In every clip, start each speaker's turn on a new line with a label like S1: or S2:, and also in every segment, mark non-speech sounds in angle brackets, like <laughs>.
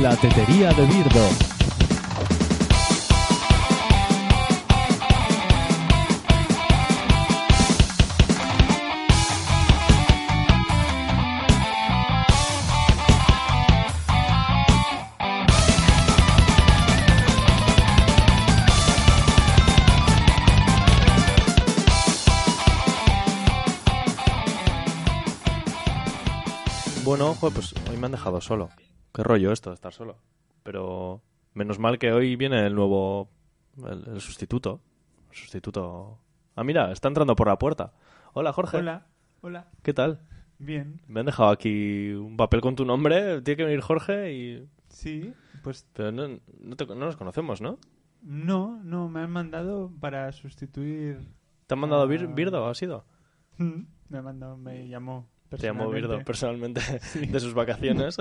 S1: la tetería de Birdo.
S2: Bueno, ojo, pues hoy me han dejado solo. Qué rollo esto de estar solo. Pero menos mal que hoy viene el nuevo. El, el sustituto. El sustituto. Ah, mira, está entrando por la puerta. Hola, Jorge.
S3: Hola, hola,
S2: ¿Qué tal?
S3: bien,
S2: Me han dejado aquí un papel con tu nombre. Tiene que venir Jorge y.
S3: sí, pues
S2: Pero no, no te- no nos conocemos, ¿no?
S3: no, no, me han mandado para sustituir,
S2: ¿Te han mandado Bir-
S3: Ah.
S2: Birdo? ¿Ha sido?
S3: Mm, me ha mandado, me llamó
S2: Te llamó Birdo
S3: personalmente.
S2: personalmente
S3: <laughs> Sí.
S2: de sus <laughs> vacaciones.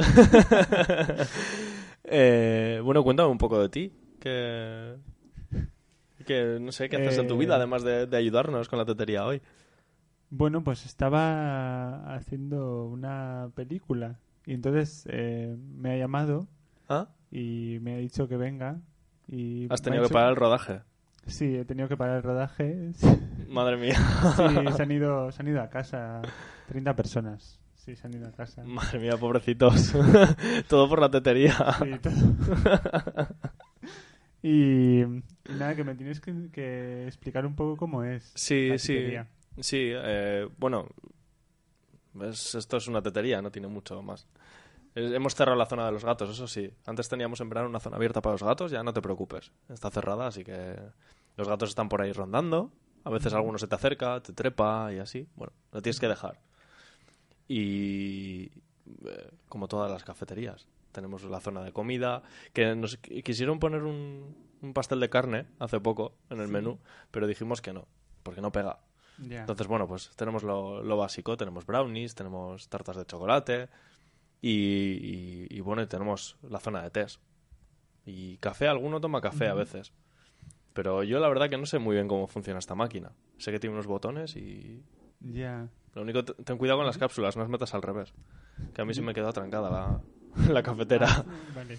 S2: Eh, bueno, cuéntame un poco de ti. Que, que no sé, ¿qué haces en tu
S3: Eh,
S2: vida además de, de ayudarnos con la tetería hoy?
S3: Bueno, pues estaba haciendo una película y entonces eh, me ha llamado
S2: ¿Ah?
S3: y me ha dicho que venga y
S2: ¿Has
S3: me ha
S2: tenido que
S3: dicho-
S2: parar el rodaje?
S3: Sí, he tenido que parar
S2: <laughs>
S3: el rodaje.
S2: Madre mía.
S3: Sí, se han ido, se han ido a casa 30 personas. Sí, se han ido a casa.
S2: Madre mía, pobrecitos. <laughs> Todo por la tetería.
S3: Sí, todo. <laughs> y, y nada, que me tienes que, que explicar un poco cómo es.
S2: Sí,
S3: la
S2: sí.
S3: pizzería.
S2: Sí, eh, bueno, es- esto es una tetería, no tiene mucho más. Eh, Hemos cerrado la zona de los gatos, eso sí. Antes teníamos en verano una zona abierta para los gatos, ya no te preocupes. Está cerrada, así que los gatos están por ahí rondando. A veces alguno se te acerca, te trepa y así. Bueno, lo tienes que dejar. Y eh, como todas las cafeterías, tenemos la zona de comida, que nos qu- quisieron poner un, un pastel de carne hace poco en el menú, pero dijimos que no, porque no pega.
S3: Ya.
S2: Entonces, bueno, pues tenemos lo, lo básico, tenemos brownies, tenemos tartas de chocolate y, y- y, bueno, y tenemos la zona de tés. Y café, alguno toma café a veces. Pero yo la verdad que no sé muy bien cómo funciona esta máquina. Sé que tiene unos botones y...
S3: ya.
S2: Lo único, te- ten cuidado con las cápsulas, no las metas al revés. Que a mí se me quedó atrancada la, <laughs> la cafetera.
S3: Ah, Vale.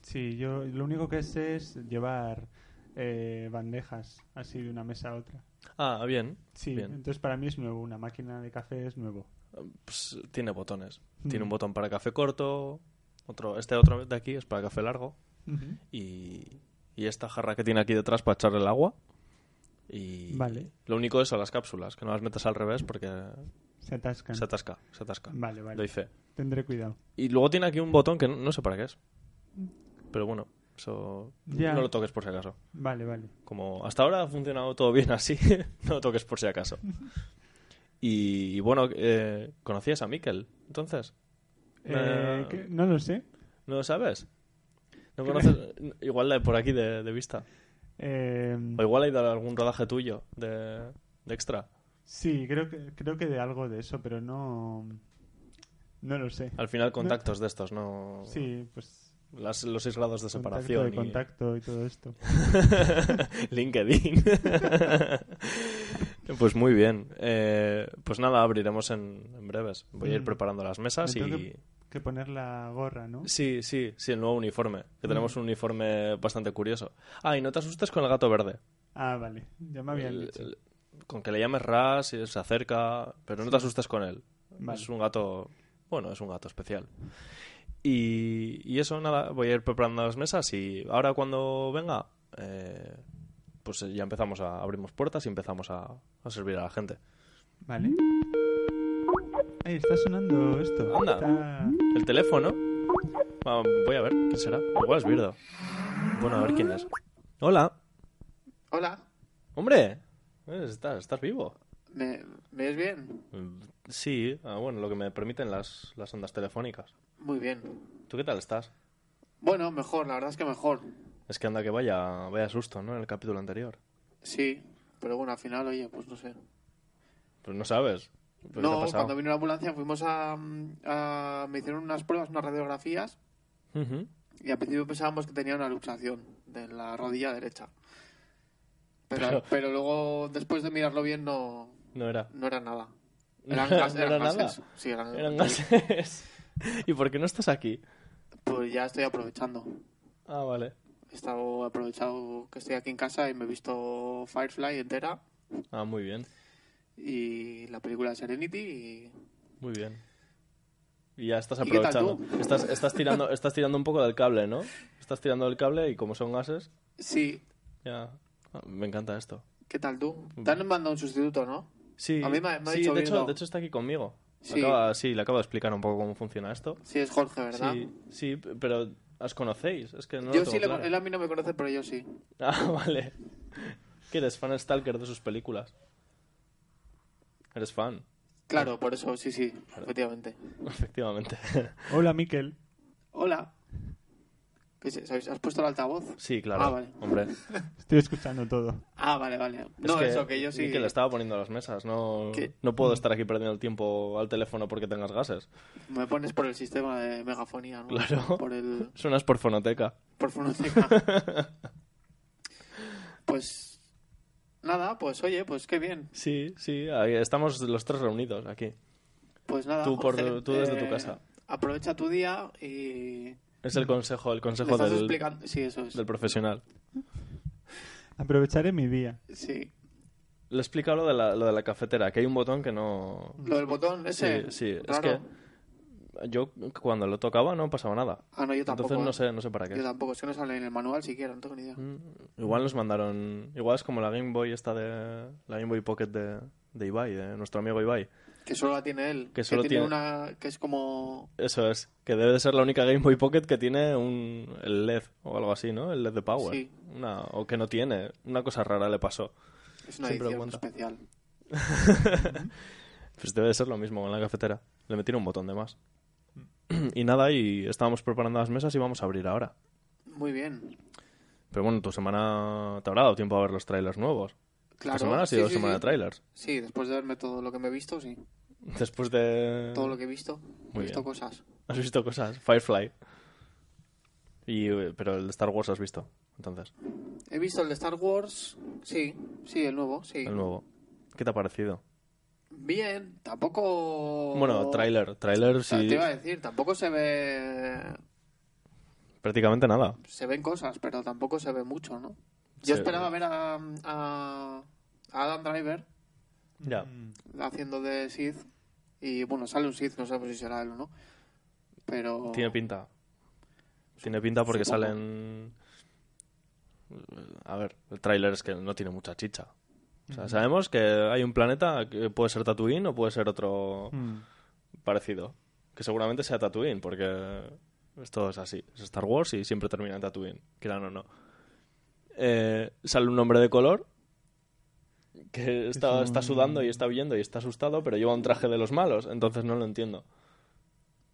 S3: Sí, yo lo único que sé es llevar eh, bandejas así de una mesa a otra.
S2: Ah, bien.
S3: Sí,
S2: Bien.
S3: entonces para mí es nuevo. Una máquina de café es nuevo.
S2: Pues, tiene botones. Tiene
S3: Mm.
S2: un botón para café corto, otro, este otro de aquí es para café largo. y, y esta jarra que tiene aquí detrás para echarle el agua. Y
S3: Vale.
S2: lo único es a las cápsulas, que no las metas al revés porque
S3: Se atascan.
S2: se atasca, se atasca.
S3: Vale, vale.
S2: Doy fe.
S3: Tendré cuidado.
S2: Y luego tiene aquí un botón que no, no sé para qué es. Pero bueno, eso
S3: Ya.
S2: no lo toques por si acaso.
S3: Vale, vale.
S2: Como hasta ahora ha funcionado todo bien así, <laughs> no lo toques por si
S3: <laughs>
S2: acaso. Y, y bueno, eh, ¿conocías a Miquel entonces?
S3: Eh,
S2: Eh,
S3: ¿qué? No lo sé.
S2: ¿No lo sabes? ¿No conoces? Igual la- por aquí de- de vista.
S3: Eh,
S2: O igual ha ido a algún rodaje tuyo de, de extra.
S3: sí, creo que, creo que de algo de eso, pero no. No lo sé.
S2: Al final contactos de estos, ¿no?
S3: Sí, pues.
S2: Las- los seis grados de
S3: Contacto
S2: separación.
S3: de contacto y todo esto.
S2: y... <laughs> LinkedIn. <laughs> pues muy bien. Eh, pues nada, abriremos en, en breves. Voy a ir
S3: Mm.
S2: preparando las mesas
S3: Me
S2: y...
S3: tengo Que poner la gorra, ¿no?
S2: Sí, sí, sí, el nuevo uniforme.
S3: Mm.
S2: Que tenemos un uniforme bastante curioso. Ah, y no te asustes con el gato verde.
S3: Ah, vale. Ya me habían
S2: El-
S3: dicho.
S2: el- con que le llames Ras, y se acerca, pero no te asustes con él.
S3: Vale.
S2: Es un gato, bueno, es un gato especial. Y, y eso, nada, voy a ir preparando las mesas y ahora cuando venga, eh, pues ya empezamos a abrimos puertas y empezamos a, a servir a la gente.
S3: Vale. Ahí está sonando esto.
S2: Anda.
S3: Está-
S2: El teléfono, Ah, voy a ver, ¿quién será? Igual es Birdo. Bueno, a ver quién es. Hola,
S4: Hola,
S2: hombre, Eh, estás, estás vivo.
S4: ¿me, me ves bien?
S2: Mm, Sí, ah, bueno, lo que me permiten las, las ondas telefónicas.
S4: Muy bien.
S2: ¿Tú qué tal estás?
S4: Bueno, mejor, la verdad es que mejor.
S2: Es que anda que vaya, vaya susto, ¿no? En el capítulo anterior.
S4: Sí, pero bueno, al final, oye, pues no sé.
S2: Pues no sabes. Pues, ¿qué ha
S4: No,
S2: pasado?
S4: cuando vino la ambulancia fuimos a, a- Me hicieron unas pruebas, unas radiografías,
S2: Ujú.
S4: y al principio pensábamos que tenía una luxación de la rodilla derecha. Pero,
S2: Pero-
S4: pero... luego, después de mirarlo bien, no,
S2: No era.
S4: no
S2: <laughs>
S4: era nada.
S2: No
S4: Eran,
S2: era-
S4: gas-
S2: no
S4: eran
S2: era nada.
S4: gases. Sí, eran,
S2: <laughs> Eran gases. ¿Y por qué no estás aquí?
S4: pues ya estoy aprovechando.
S2: Ah, vale.
S4: He estado aprovechado que estoy aquí en casa y me he visto Firefly entera
S2: Ah, muy bien.
S4: y la película Serenity y
S2: Muy bien. Y ya estás
S4: ¿Y qué tal
S2: aprovechando.
S4: tú?
S2: Estás, estás, tirando, estás tirando un poco del cable, ¿no? Estás tirando del cable y como son gases,
S4: sí,
S2: ya. Ah, me encanta esto.
S4: ¿qué tal tú? Te han mandado un sustituto, ¿no?
S2: Sí,
S4: A mí me- me ha
S2: sí,
S4: dicho
S2: de,
S4: Guido.
S2: hecho, de hecho está aquí conmigo.
S4: Sí.
S2: Acaba- sí, le acabo de explicar un poco cómo funciona esto.
S4: Sí, es Jorge, ¿verdad?
S2: Sí, sí, p- pero ¿os conocéis? Es que no lo
S4: yo
S2: tengo
S4: sí, le-
S2: claro.
S4: él a mí no me conoce, pero yo sí.
S2: <laughs> Ah, vale. ¿Qué eres fan stalker de sus películas? Eres fan, <laughs>
S4: Claro, por eso, sí, sí, efectivamente.
S2: efectivamente. <laughs>
S3: Hola, Miquel.
S4: Hola. ¿Qué es eso? ¿Has puesto el altavoz?
S2: Sí, claro.
S4: Ah, vale.
S2: Hombre,
S3: Estoy escuchando todo.
S4: Ah, vale, vale. No, eso, que yo sí.
S2: Que le estaba poniendo a las mesas. No,
S4: ¿Qué?
S2: no puedo estar aquí perdiendo el tiempo al teléfono porque tengas gases.
S4: Me pones por el sistema de megafonía, ¿no?
S2: Claro.
S4: Ah,
S2: <laughs>
S4: Por el.
S2: Suenas por fonoteca. <laughs>
S4: Por fonoteca. pues. Nada, pues oye, pues qué bien.
S2: Sí, sí, ahí estamos los tres reunidos aquí.
S4: Pues nada.
S2: Tú por-
S4: Jorge,
S2: tú desde tu casa.
S4: Aprovecha tu día y.
S2: Es el consejo, el
S4: le
S2: consejo
S4: Mm. estás
S2: del,
S4: explicando. Sí, eso es.
S2: del profesional.
S3: Aprovecharé mi día.
S4: Sí.
S2: Le he explicado lo de, la, lo de la cafetera, que hay un botón que no...
S4: Lo del botón
S2: Sí,
S4: ese.
S2: sí, es
S4: raro.
S2: que yo cuando lo tocaba no pasaba nada.
S4: Ah, no, yo tampoco.
S2: Entonces no
S4: ¿eh?
S2: sé, no sé para qué.
S4: Yo tampoco, es que no sale en el manual siquiera, no tengo ni idea.
S2: Mm, Igual nos mandaron... Igual es como la Game Boy esta de... La Game Boy Pocket de, de Ibai, de nuestro amigo Ibai.
S4: Que solo la tiene él.
S2: Que solo tiene-
S4: una. Que es como.
S2: Eso es, que debe de ser la única Game Boy Pocket que tiene un el LED o algo así, ¿no? El LED de Power.
S4: Sí.
S2: Una, o que no tiene. Una cosa rara le pasó.
S4: Es una
S2: Siempre lo
S4: edición
S2: cuenta.
S4: especial.
S2: <laughs> Pues debe de ser lo mismo en la cafetera. Le metieron un botón de más. <clears throat> Y nada, y estábamos preparando las mesas y vamos a abrir ahora.
S4: Muy bien.
S2: Pero bueno, tu semana te habrá dado tiempo a ver los trailers nuevos.
S4: Claro.
S2: Esta semana ha
S4: sí,
S2: sido
S4: sí,
S2: semana
S4: sí.
S2: de trailers. <laughs>
S4: Sí, después de verme todo lo que me he visto, sí.
S2: Después de...
S4: Todo lo que he visto. he
S2: Muy
S4: visto
S2: bien.
S4: cosas.
S2: Has visto cosas. Firefly. Y, eh, pero el de Star Wars has visto, entonces.
S4: He visto el de Star Wars. Sí, sí, el nuevo, sí.
S2: El nuevo. ¿Qué te ha parecido?
S4: Bien, tampoco.
S2: Bueno, tráiler, tráiler
S4: O sea,
S2: sí,
S4: Oh. Ah, Te iba a decir, tampoco se ve.
S2: prácticamente nada.
S4: Se ven cosas, pero tampoco se ve mucho, ¿no? Yo
S2: Sí.
S4: esperaba ver a, a, a Adam Driver
S2: Ya.
S3: Mm.
S4: haciendo de Sith. Y bueno, sale un Sith, no sabemos si será él o no. Pero.
S2: Tiene pinta. Tiene pinta porque
S4: Supongo.
S2: salen... eh, A ver, el tráiler es que no tiene mucha chicha. O sea, sabemos que hay un planeta que puede ser Tatooine o puede ser otro
S3: Mm.
S2: parecido. Que seguramente sea Tatooine, porque esto es así. Es Star Wars y siempre termina en Tatooine, quieran o no. Eh, sale un hombre de color que está,
S3: un-
S2: está sudando y está huyendo y está asustado, pero lleva un traje de los malos, entonces no lo entiendo.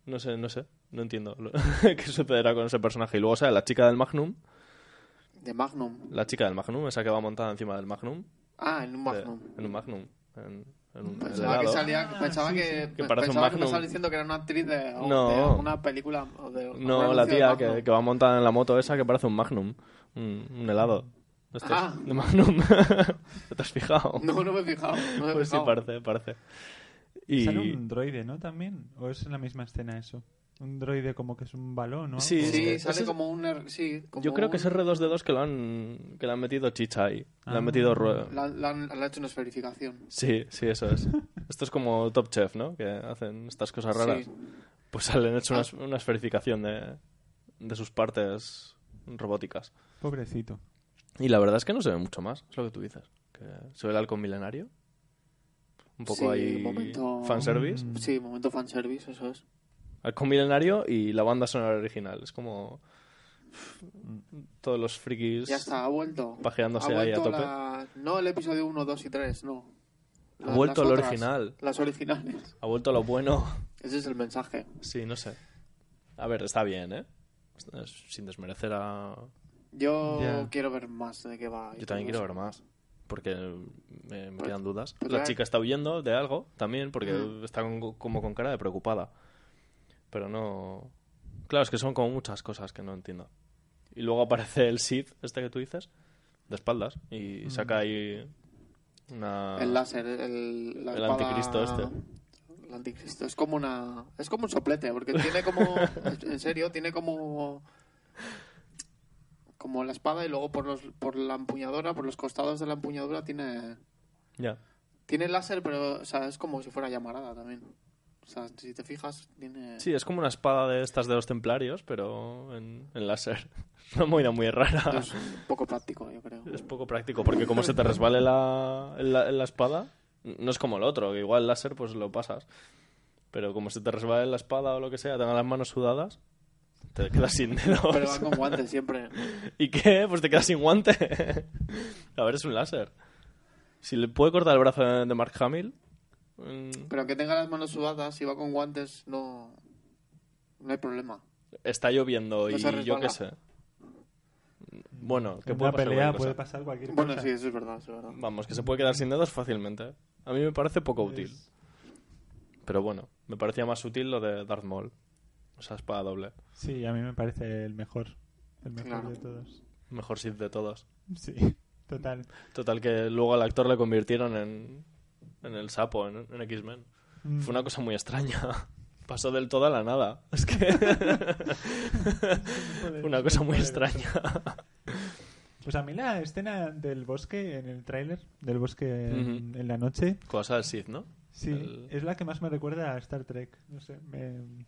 S2: No sé, no sé, no entiendo lo- <laughs> qué sucederá con ese personaje. Y luego, o sea, la chica del Magnum,
S4: De Magnum.
S2: la chica del Magnum, esa que va montada encima del Magnum,
S4: Ah, en un
S2: de-
S4: Magnum.
S2: en un Magnum, en, en un
S4: Pensaba que
S2: helado.
S4: salía, pensaba que,
S2: Que parece un
S4: pensaba que me
S2: Magnum.
S4: estaba diciendo que era una actriz de, o
S2: No.
S4: de alguna película o de algún
S2: No,
S4: anuncio
S2: la
S4: de
S2: tía
S4: Magnum.
S2: que, que va montada en la moto esa que parece un Magnum. Un, un helado. De estos,
S4: Ah.
S2: De Magnum. <laughs> ¿No ¿Te has fijado?
S4: <laughs> No, no me he fijado. No me he
S2: pues sí,
S4: fijado.
S2: parece, parece. Y...
S3: Sale un droide, ¿no? También. ¿O es en la misma escena eso? Un droide como que es un balón, ¿no?
S2: Sí,
S4: Sí,
S2: Ese-
S4: sale
S2: ese-
S4: como un er- sí, como
S2: Yo creo que
S4: un-
S2: es R2D2 que lo han, que le han metido chicha ahí. Le
S3: Ah.
S2: han metido rueda.
S4: la, la han, le han hecho una esferificación.
S2: Sí, sí, eso
S4: <laughs>
S2: es. Esto es como Top Chef, ¿no? Que hacen estas cosas raras.
S4: Sí. Ah.
S2: Pues le han hecho una, una esferificación de, de sus partes robóticas.
S3: Pobrecito.
S2: Y la verdad es que no se ve mucho más, es lo que tú dices. Que se ve el halcón milenario. Un poco
S4: Sí,
S2: ahí
S4: momento-
S2: fanservice.
S3: Mm.
S4: Sí, momento fanservice, eso es.
S2: Halcón milenario y la banda sonora original. Es como todos los frikis
S4: Ya está, ha vuelto.
S2: pajeándose
S4: ha
S2: ahí a
S4: vuelto
S2: tope.
S4: la- No el episodio 1, 2 y 3, no. La-
S2: Ha vuelto
S4: las
S2: al
S4: otras,
S2: original.
S4: Las originales. <laughs>
S2: Ha vuelto lo bueno. <laughs>
S4: Ese es el mensaje.
S2: Sí, no sé. A ver, está bien, ¿eh? Está- Sin desmerecer a...
S4: Yo
S3: Ya.
S4: quiero ver más de qué va. y
S2: Yo también quiero
S4: todo eso.
S2: ver más. Porque me, me quedan dudas.
S4: pues
S2: la
S4: ya-
S2: chica está huyendo de algo también, porque
S4: Ujú.
S2: está con- como con cara de preocupada. Pero no. Claro, es que son como muchas cosas que no entiendo. Y luego aparece el Sith, este que tú dices, de espaldas, y saca ahí una.
S4: El láser, el, la
S2: Ah. El
S4: espada-
S2: anticristo este.
S4: La anticristo. Es como una, es como un soplete, porque
S2: <laughs>
S4: tiene como, en serio, tiene como, como la espada y luego por los, por la empuñadura, por los costados de la empuñadura tiene,
S2: Ya.
S4: tiene láser, pero, o sea, es como si fuera llamarada también. O sea, si te fijas, tiene.
S2: Sí, es como una espada de estas de los templarios, pero en, en láser. <laughs> Es una movida muy rara.
S4: Es un poco práctico, yo creo.
S2: Es poco práctico, porque como se te resbale la, la, la espada, no es como el otro, que igual el láser pues lo pasas. Pero como se te resbale la espada o lo que sea, tengas las manos sudadas, te quedas sin dedos.
S4: <laughs> Pero van con guantes siempre.
S2: ¿Y qué? Pues te quedas sin guante. <laughs> A ver, es un láser. Si le puede cortar el brazo de Mark Hamill. mm,
S4: Pero aunque tenga las manos sudadas, si va con guantes, no, no hay problema.
S2: Está lloviendo
S4: No se
S2: y yo
S4: resbala.
S2: qué sé. Bueno, que
S3: En
S2: puede
S3: una
S2: pasar
S3: pelea
S2: cualquier
S3: puede
S2: cosa.
S3: pasar cualquier cosa.
S4: Bueno, sí, eso es verdad, eso es verdad.
S2: Vamos, que se puede quedar sin dedos fácilmente. A mí me parece poco útil.
S3: Es-
S2: Pero bueno, me parecía más útil lo de Darth Maul. O sea, espada doble.
S3: Sí, a mí me parece el mejor. El mejor
S4: Claro.
S3: de todos.
S2: Mejor Sith de todos.
S3: Sí, <laughs> total.
S2: Total, que luego al actor le convirtieron en, en el sapo, en, en X-Men.
S3: Mm.
S2: Fue una cosa muy extraña. <laughs> Pasó del todo a la nada. Es que. <laughs>
S3: Joder,
S2: una cosa muy
S3: joder.
S2: extraña.
S3: Pues a mí la escena del bosque en el tráiler, del bosque en,
S2: Ujú.
S3: en la noche,
S2: Cosa del Sith, ¿no?
S3: sí,
S2: El-
S3: es la que más me recuerda a Star Trek. No sé, me-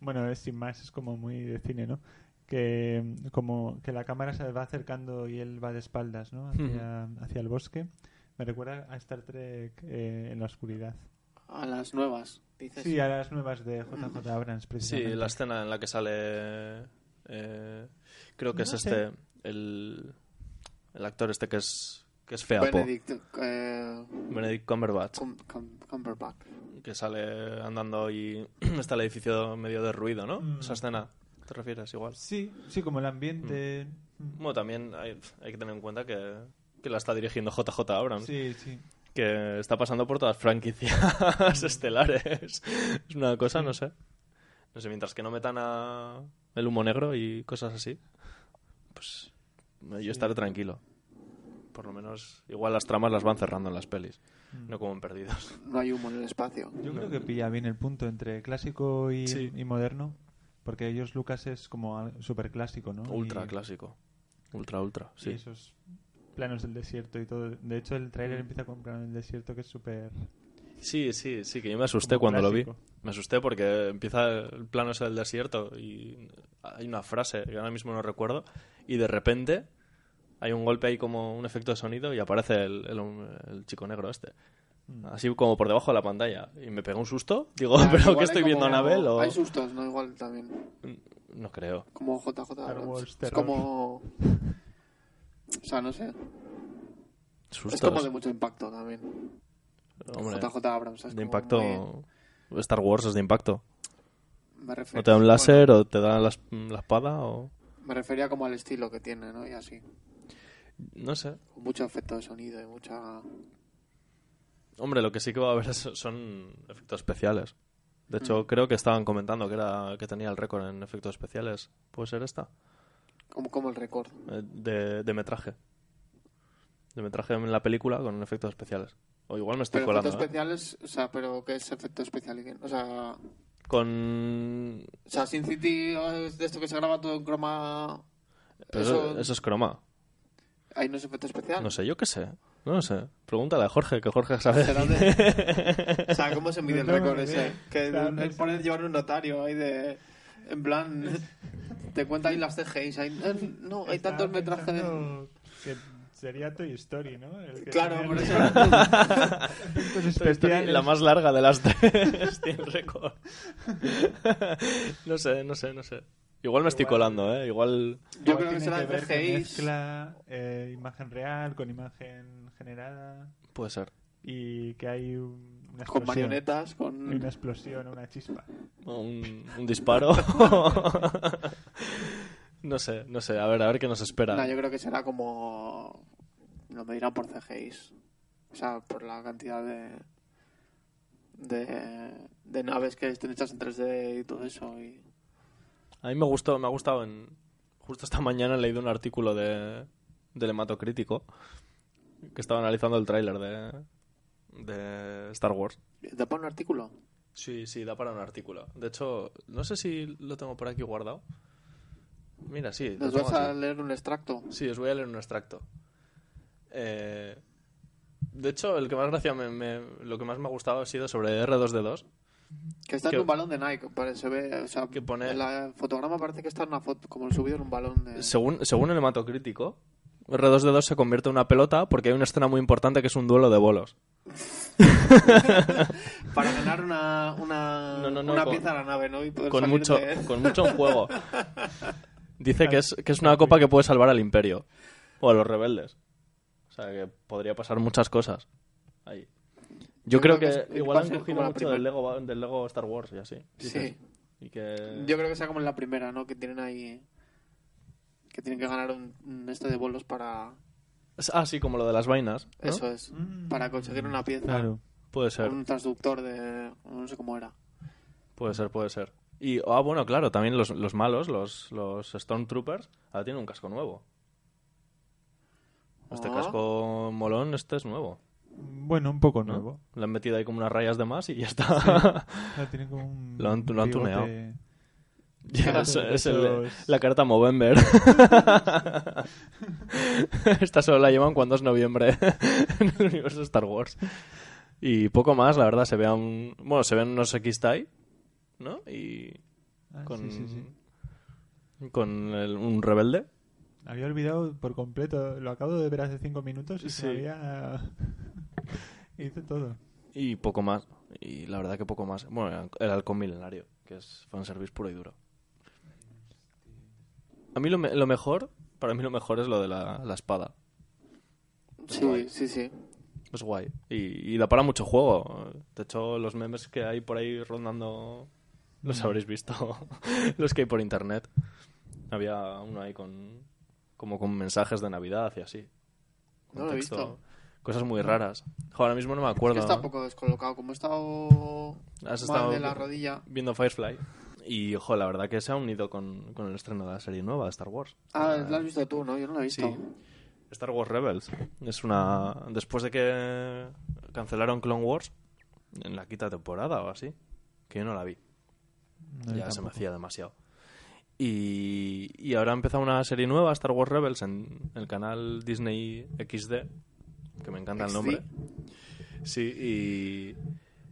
S3: bueno, es sin más, es como muy de cine, ¿no? Que mm, como que la cámara se va acercando y él va de espaldas, ¿no? Hacia, hacia el bosque. Me recuerda a Star Trek eh, en la oscuridad.
S4: A las nuevas, dices.
S3: Sí, a las nuevas
S4: Mm.
S3: de JJ Abrams,
S2: Sí,
S3: precisamente.
S2: la escena en la que sale. eh, creo que es
S3: No sé.
S2: este. El, el actor este que es. Que es feapo.
S4: Benedict eh,
S2: Benedict Cumberbatch.
S4: Cum- Cum- Cumberbatch.
S2: Que sale andando y <clears throat> está el edificio medio derruido, ¿no?
S3: Mm.
S2: Esa escena. ¿Te refieres igual?
S3: Sí, sí, como el ambiente. Mm.
S2: Bueno, también hay, hay que tener en cuenta que, que la está dirigiendo JJ Abrams,
S3: Sí, sí.
S2: que está pasando por todas las franquicias <laughs> estelares. Es una cosa, no sé. No sé, mientras que no metan a el humo negro y cosas así, pues yo estaré tranquilo. Por lo menos, igual las tramas las van cerrando en las pelis,
S3: Mm.
S2: no como en Perdidos.
S4: No hay humo en
S2: <laughs>
S4: el espacio.
S3: Yo creo que pilla bien el punto entre clásico y,
S2: Sí.
S3: y moderno, porque ellos Lucas es como súper clásico, ¿no?
S2: Ultra
S3: Y-
S2: clásico. Ultra, ultra,
S3: y
S2: sí.
S3: esos planos del desierto y todo. De hecho, el
S2: Mm.
S3: tráiler empieza con un plano del desierto que es súper...
S2: Sí, sí, sí, que yo me asusté
S3: Como
S2: cuando lo
S3: clásico.
S2: vi. Me asusté porque empieza el plano ese del desierto y hay una frase que ahora mismo no recuerdo y de repente hay un golpe ahí como un efecto de sonido y aparece el, el- el chico negro este.
S3: Mm.
S2: Así como por debajo de la pantalla. Y me pegó un susto. Digo,
S4: Ah,
S2: Oh, ¿pero
S4: igual
S2: qué
S4: hay
S2: estoy
S4: como-
S2: viendo, Anabel? O...
S4: Hay sustos, ¿no? Igual también.
S2: No creo.
S4: Como JJ. Abrams.
S3: Wars,
S4: es
S3: terror.
S4: como. O sea, no sé. Es
S2: Sustos.
S4: como de mucho impacto también.
S2: Hombre,
S4: JJ Abrams. es
S2: de
S4: como muy-
S2: impacto... Star Wars es de impacto.
S4: Me refiero,
S2: O te da un
S4: bueno,
S2: láser o te da la, es- la espada o...
S4: me refería como al estilo que tiene, ¿no? Y así.
S2: No sé.
S4: Con mucho efecto de sonido y mucha.
S2: Hombre, lo que sí que va a haber <laughs> es- son efectos especiales. De hecho, creo que estaban comentando que era que tenía el récord en efectos especiales. ¿Puede ser esta?
S4: Como, como el récord.
S2: Eh, De, de metraje. De metraje en la película con efectos especiales. O igual me estoy
S4: Pero
S2: colando.
S4: efectos
S2: ¿eh?
S4: especiales, o sea, pero ¿qué es efecto especial? y qué no? O sea,
S2: ¿eh? Con.
S4: o sea, Sin City es de esto que se graba todo en croma.
S2: pero eso,
S4: Eso, Ah.
S2: eso es croma.
S4: Ahí no es efecto especial.
S2: No sé, yo qué sé. No lo sé. Pregúntale a Jorge, que Jorge sabe. <laughs>
S4: Será de- O sea, ¿cómo se mide el
S3: No tengo
S4: récord
S3: ni
S4: ese?
S3: idea.
S4: Que
S3: O sea, no
S4: el
S3: sé.
S4: poner llevar un notario ahí de. En plan. Te cuenta ahí las CGIs. ahí, eh, no, hay
S3: Estaba
S4: tantos metrajes.
S3: pensando que sería Toy Story, ¿no? El que
S4: Claro,
S3: tiene
S4: por
S3: los <laughs>
S4: eso.
S3: efectos
S2: Toy Story,
S3: especiales.
S2: la más larga de las tres <laughs> tiene el récord. no sé, no sé, no sé. Igual me estoy
S3: Igual-
S2: colando, ¿eh? Igual
S4: Yo
S3: Igual
S4: creo que
S3: tiene
S4: será
S3: ver con
S4: CGIs.
S3: mezcla eh, imagen real con imagen generada
S2: puede ser.
S3: y que hay un- una
S4: Con
S3: explosión.
S4: marionetas,
S3: Hay Una
S4: con.
S3: explosión, una chispa.
S2: O <laughs> Un, un disparo. no sé, no sé. A ver, a ver qué nos espera.
S4: No, yo creo que será como. Lo medirán por CGIs. O sea, por la cantidad de. De, de naves que estén hechas en 3D y todo eso. Y...
S2: A mí me gustó, me ha gustado en... Justo esta mañana he leído un artículo de del hematocrítico que estaba analizando el tráiler de de Star Wars.
S4: ¿Te pone un artículo?
S2: Sí, sí, da para un artículo. De hecho, no sé si lo tengo por aquí guardado. Mira, sí. lo
S4: ¿Les
S2: tengo
S4: vas a
S2: aquí.
S4: leer un extracto?
S2: Sí, os voy a leer un extracto. Eh, de hecho, el que más gracia me- me- lo que más me ha gustado ha sido sobre R2D2.
S4: Que está
S2: Que-
S4: en un balón de Nike, pare- se ve, o sea,
S2: Que pone-
S4: en la- el fotograma parece que está en una foto, como subido en un balón de...
S2: Según, según el hematocrítico, R2D2 se convierte en una pelota porque hay una escena muy importante que es un duelo de bolos.
S4: Para ganar una, una,
S2: No, no, no,
S4: una
S2: con-
S4: pieza a la nave, ¿no? Y poder
S2: Con
S4: salir
S2: mucho,
S4: de- Ah.
S2: con mucho en
S4: <laughs>
S2: juego. Dice que es, que es una copa que puede salvar al imperio o a los rebeldes. O sea, que podría pasar muchas cosas ahí. Yo,
S4: Yo
S2: creo,
S4: creo que
S2: que,
S4: es-
S2: igual
S4: va a
S2: han
S4: ser
S2: cogido
S4: como la
S2: mucho del Lego, del Lego Star Wars y así. dices.
S4: Sí.
S2: Y que...
S4: Yo creo que sea como en la primera, ¿no? Que tienen ahí... Que tienen que ganar un, un este de bolos para...
S2: Ah, sí, como lo de las vainas. ¿no?
S4: Eso es.
S3: Mm.
S4: Para conseguir una pieza.
S3: Claro.
S2: Puede ser.
S4: Un transductor de... No sé cómo era.
S2: Puede ser, puede ser. Y, ah, bueno, claro, también los, los malos, los, los Stormtroopers, ahora tienen un casco nuevo. Este
S4: Ah.
S2: casco molón, este es nuevo.
S3: Bueno, un poco
S2: ¿no?
S3: nuevo.
S2: Le han metido ahí como unas rayas de más y ya está.
S3: Ah, tiene como un
S2: Lo han- lo han
S3: bigote.
S2: tuneado. <laughs> Ya es
S3: Sí,
S2: es el-
S3: esos-
S2: la carta Movember. <laughs> Esta solo la llevan cuando es noviembre <laughs> en el universo Star Wars. Y poco más, la verdad, se ve a un... Bueno, se ven unos X-TIE, ¿no? Y
S3: Ah, sí,
S2: con,
S3: sí, sí.
S2: con el- un rebelde.
S3: Había olvidado por completo. Lo acabo de ver hace cinco minutos y se me
S2: Sí.
S3: había... <laughs> Hice todo.
S2: Y poco más. Y la verdad que poco más. Bueno, el halcón milenario, que es fanservice puro y duro. A mí lo, me- lo mejor, para mí lo mejor es lo de la, la espada.
S4: Sí, sí, sí.
S2: Es guay. Y, y da para mucho juego. De hecho, los memes que hay por ahí rondando
S4: Mm.
S2: los habréis visto. <laughs> los que hay por internet. Había uno ahí con como con mensajes de Navidad y así. Con
S4: No lo he
S2: texto.
S4: visto.
S2: Cosas muy raras. Jo, ahora mismo no me
S4: Es que
S2: acuerdo.
S4: está un poco descolocado. Como he estado...
S2: Has
S4: mal
S2: estado-
S4: de la rodilla...
S2: viendo Firefly. Y, ojo, la verdad que se ha unido con, con el estreno de la serie nueva de Star Wars.
S4: Ah,
S2: Eh,
S4: la has visto tú, ¿no? Yo no la he visto.
S2: Sí. Star Wars Rebels. Es una... Después de que cancelaron Clone Wars, en la quinta temporada o así, que yo no la vi. ya
S3: No, yo
S2: se me
S3: tampoco.
S2: hacía demasiado. Y, y ahora empieza una serie nueva, Star Wars Rebels, en el canal Disney XD, que me encanta el
S4: XD.
S2: nombre. Sí, y...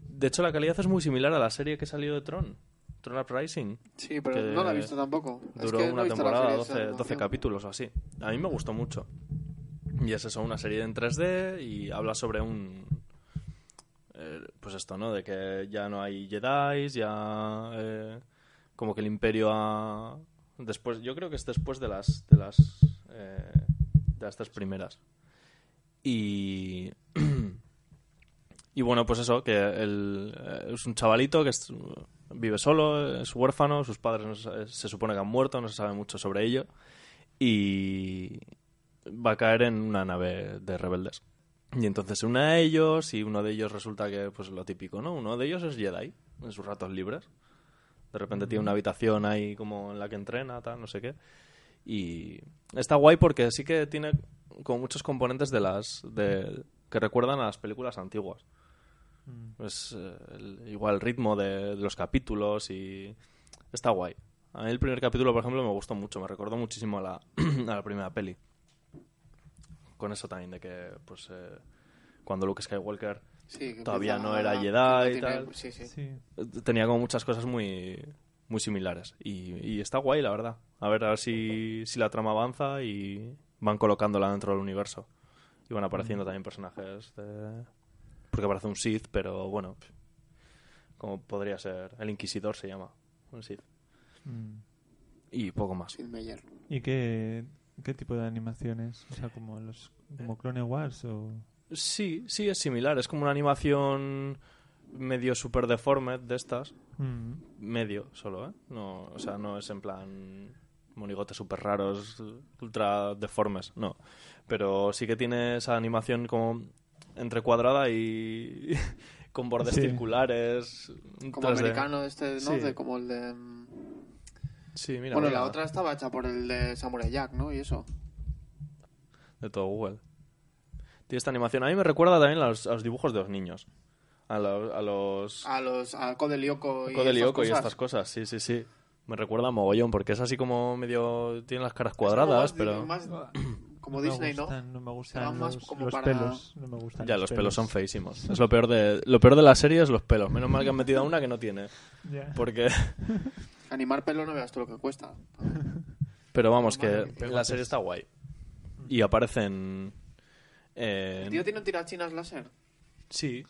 S2: De hecho, la calidad es muy similar a la serie que salió de Tron, Tron Uprising.
S4: Sí, pero
S2: que
S4: no la he visto tampoco. Es
S2: Duró
S4: que no he
S2: una
S4: visto la
S2: temporada,
S4: serie esa de
S2: 12, 12
S4: animación.
S2: capítulos o así. A mí me gustó mucho. Y es eso, una serie en 3D y habla sobre un... eh, pues esto, ¿no? De que ya no hay Jedi, ya... eh, como que el imperio ha... Después, yo creo que es después de las... De las, eh, de las tres primeras. Y... Y bueno, pues eso, que el, eh, es un chavalito que es- vive solo, es huérfano, sus padres no se, se supone que han muerto, no se sabe mucho sobre ello, y va a caer en una nave de rebeldes. Y entonces se une a ellos y uno de ellos resulta que, pues lo típico, ¿no? Uno de ellos es Jedi, en sus ratos libres. De repente tiene una habitación ahí como en la que entrena, tal, no sé qué. Y está guay porque sí que tiene como muchos componentes de las de, que recuerdan a las películas antiguas.
S3: Mm.
S2: Es eh, el- igual el ritmo de, de los capítulos y está guay. A mí el primer capítulo, por ejemplo, me gustó mucho, me recordó muchísimo a la, <clears throat> a la primera peli. Con eso también de que, pues, eh, cuando Luke Skywalker
S4: Sí, que
S2: Todavía
S4: empieza
S2: no era
S4: a-
S2: Jedi
S4: que
S2: y
S4: tiene-
S2: tal.
S4: Sí, sí.
S3: Sí.
S2: tenía como muchas cosas muy, muy similares. Y, y está guay, la verdad. A ver, a ver si, si la trama avanza y van colocándola dentro del universo. Y van apareciendo también personajes de... Porque aparece un Sith, pero bueno, pf, como podría ser... El Inquisidor se llama, un Sith.
S3: Mm.
S2: Y poco más.
S4: Sid Meier.
S3: ¿Y qué, qué tipo de animaciones? O sea, como los
S4: Eh.
S3: como Clone Wars o...
S2: Sí, sí, es similar. Es como una animación medio super deformed de estas.
S3: Mm.
S2: medio solo, ¿eh? No, o sea, no es en plan monigotes súper raros, ultra deformes, no. Pero sí que tiene esa animación como entre cuadrada y <laughs> con bordes
S3: Sí.
S2: circulares. un
S4: Como
S2: 3D.
S4: americano este, ¿no?
S2: Sí.
S4: De como el de... mm,
S2: Sí, mira.
S4: bueno,
S2: mira,
S4: la otra estaba hecha por el de Samurai Jack, ¿no? Y eso.
S2: De todo Google. Tiene esta animación. A mí me recuerda también a los, a los dibujos de los niños. A, lo- a los...
S4: A los a Codelioco Ah, y,
S2: Codelioco y
S4: cosas.
S2: estas cosas, sí, sí, sí. Me recuerda a Mogollón, porque es así como medio... Tiene las caras
S4: Es como
S2: cuadradas,
S4: más-
S2: pero...
S4: más- como
S3: me
S4: Disney, ¿no?
S3: gustan, me
S4: Será
S3: gustan
S4: más
S3: los,
S4: como
S3: los
S4: para-
S3: pelos. No me gustan
S2: Ya, los pelos son feísimos. Es lo peor de lo peor de la serie es los pelos. Menos mal que han metido a una que no tiene,
S3: Ya.
S2: porque <laughs>
S4: Animar pelo no veas tú lo que cuesta.
S2: pero vamos que
S4: Madre,
S2: la serie está guay. Y aparecen eh,
S4: ¿El tío tiene un tirachinas láser?
S2: sí,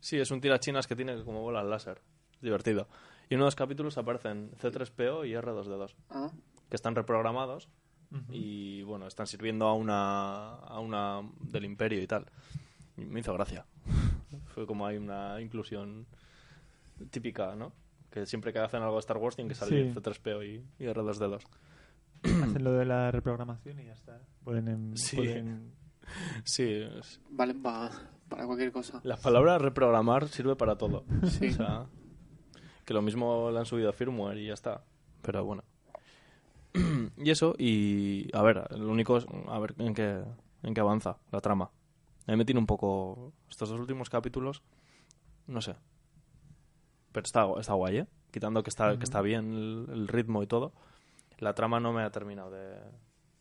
S2: sí, es un tirachinas que tiene como bolas láser. Es divertido. Y en uno de los capítulos aparecen C3PO y R2D2,
S4: Ah,
S2: que están reprogramados
S3: Ujú.
S2: y bueno, están sirviendo a una a una del Imperio y tal. Y me hizo gracia. <laughs> Fue como hay una inclusión típica, ¿no? Que siempre que hacen algo de Star Wars tienen que salir
S3: Sí.
S2: C3PO y, y R2D2.
S3: <clears throat> Hacen lo de la reprogramación y ya está. Pueden, em,
S2: Sí.
S3: pueden-
S2: Sí, es-
S4: valen pa- para cualquier cosa.
S2: la palabra reprogramar sirve para todo.
S4: Sí.
S2: O sea, que lo mismo le han subido a firmware y ya está. Pero bueno. <clears throat> Y eso, y a ver, lo único es a ver en qué, en qué avanza la trama. A mí me tiene un poco. Estos dos últimos capítulos, no sé. Pero está, gu- está guay, ¿eh? Quitando que está, que está bien el, el ritmo y todo. La trama no me ha terminado de.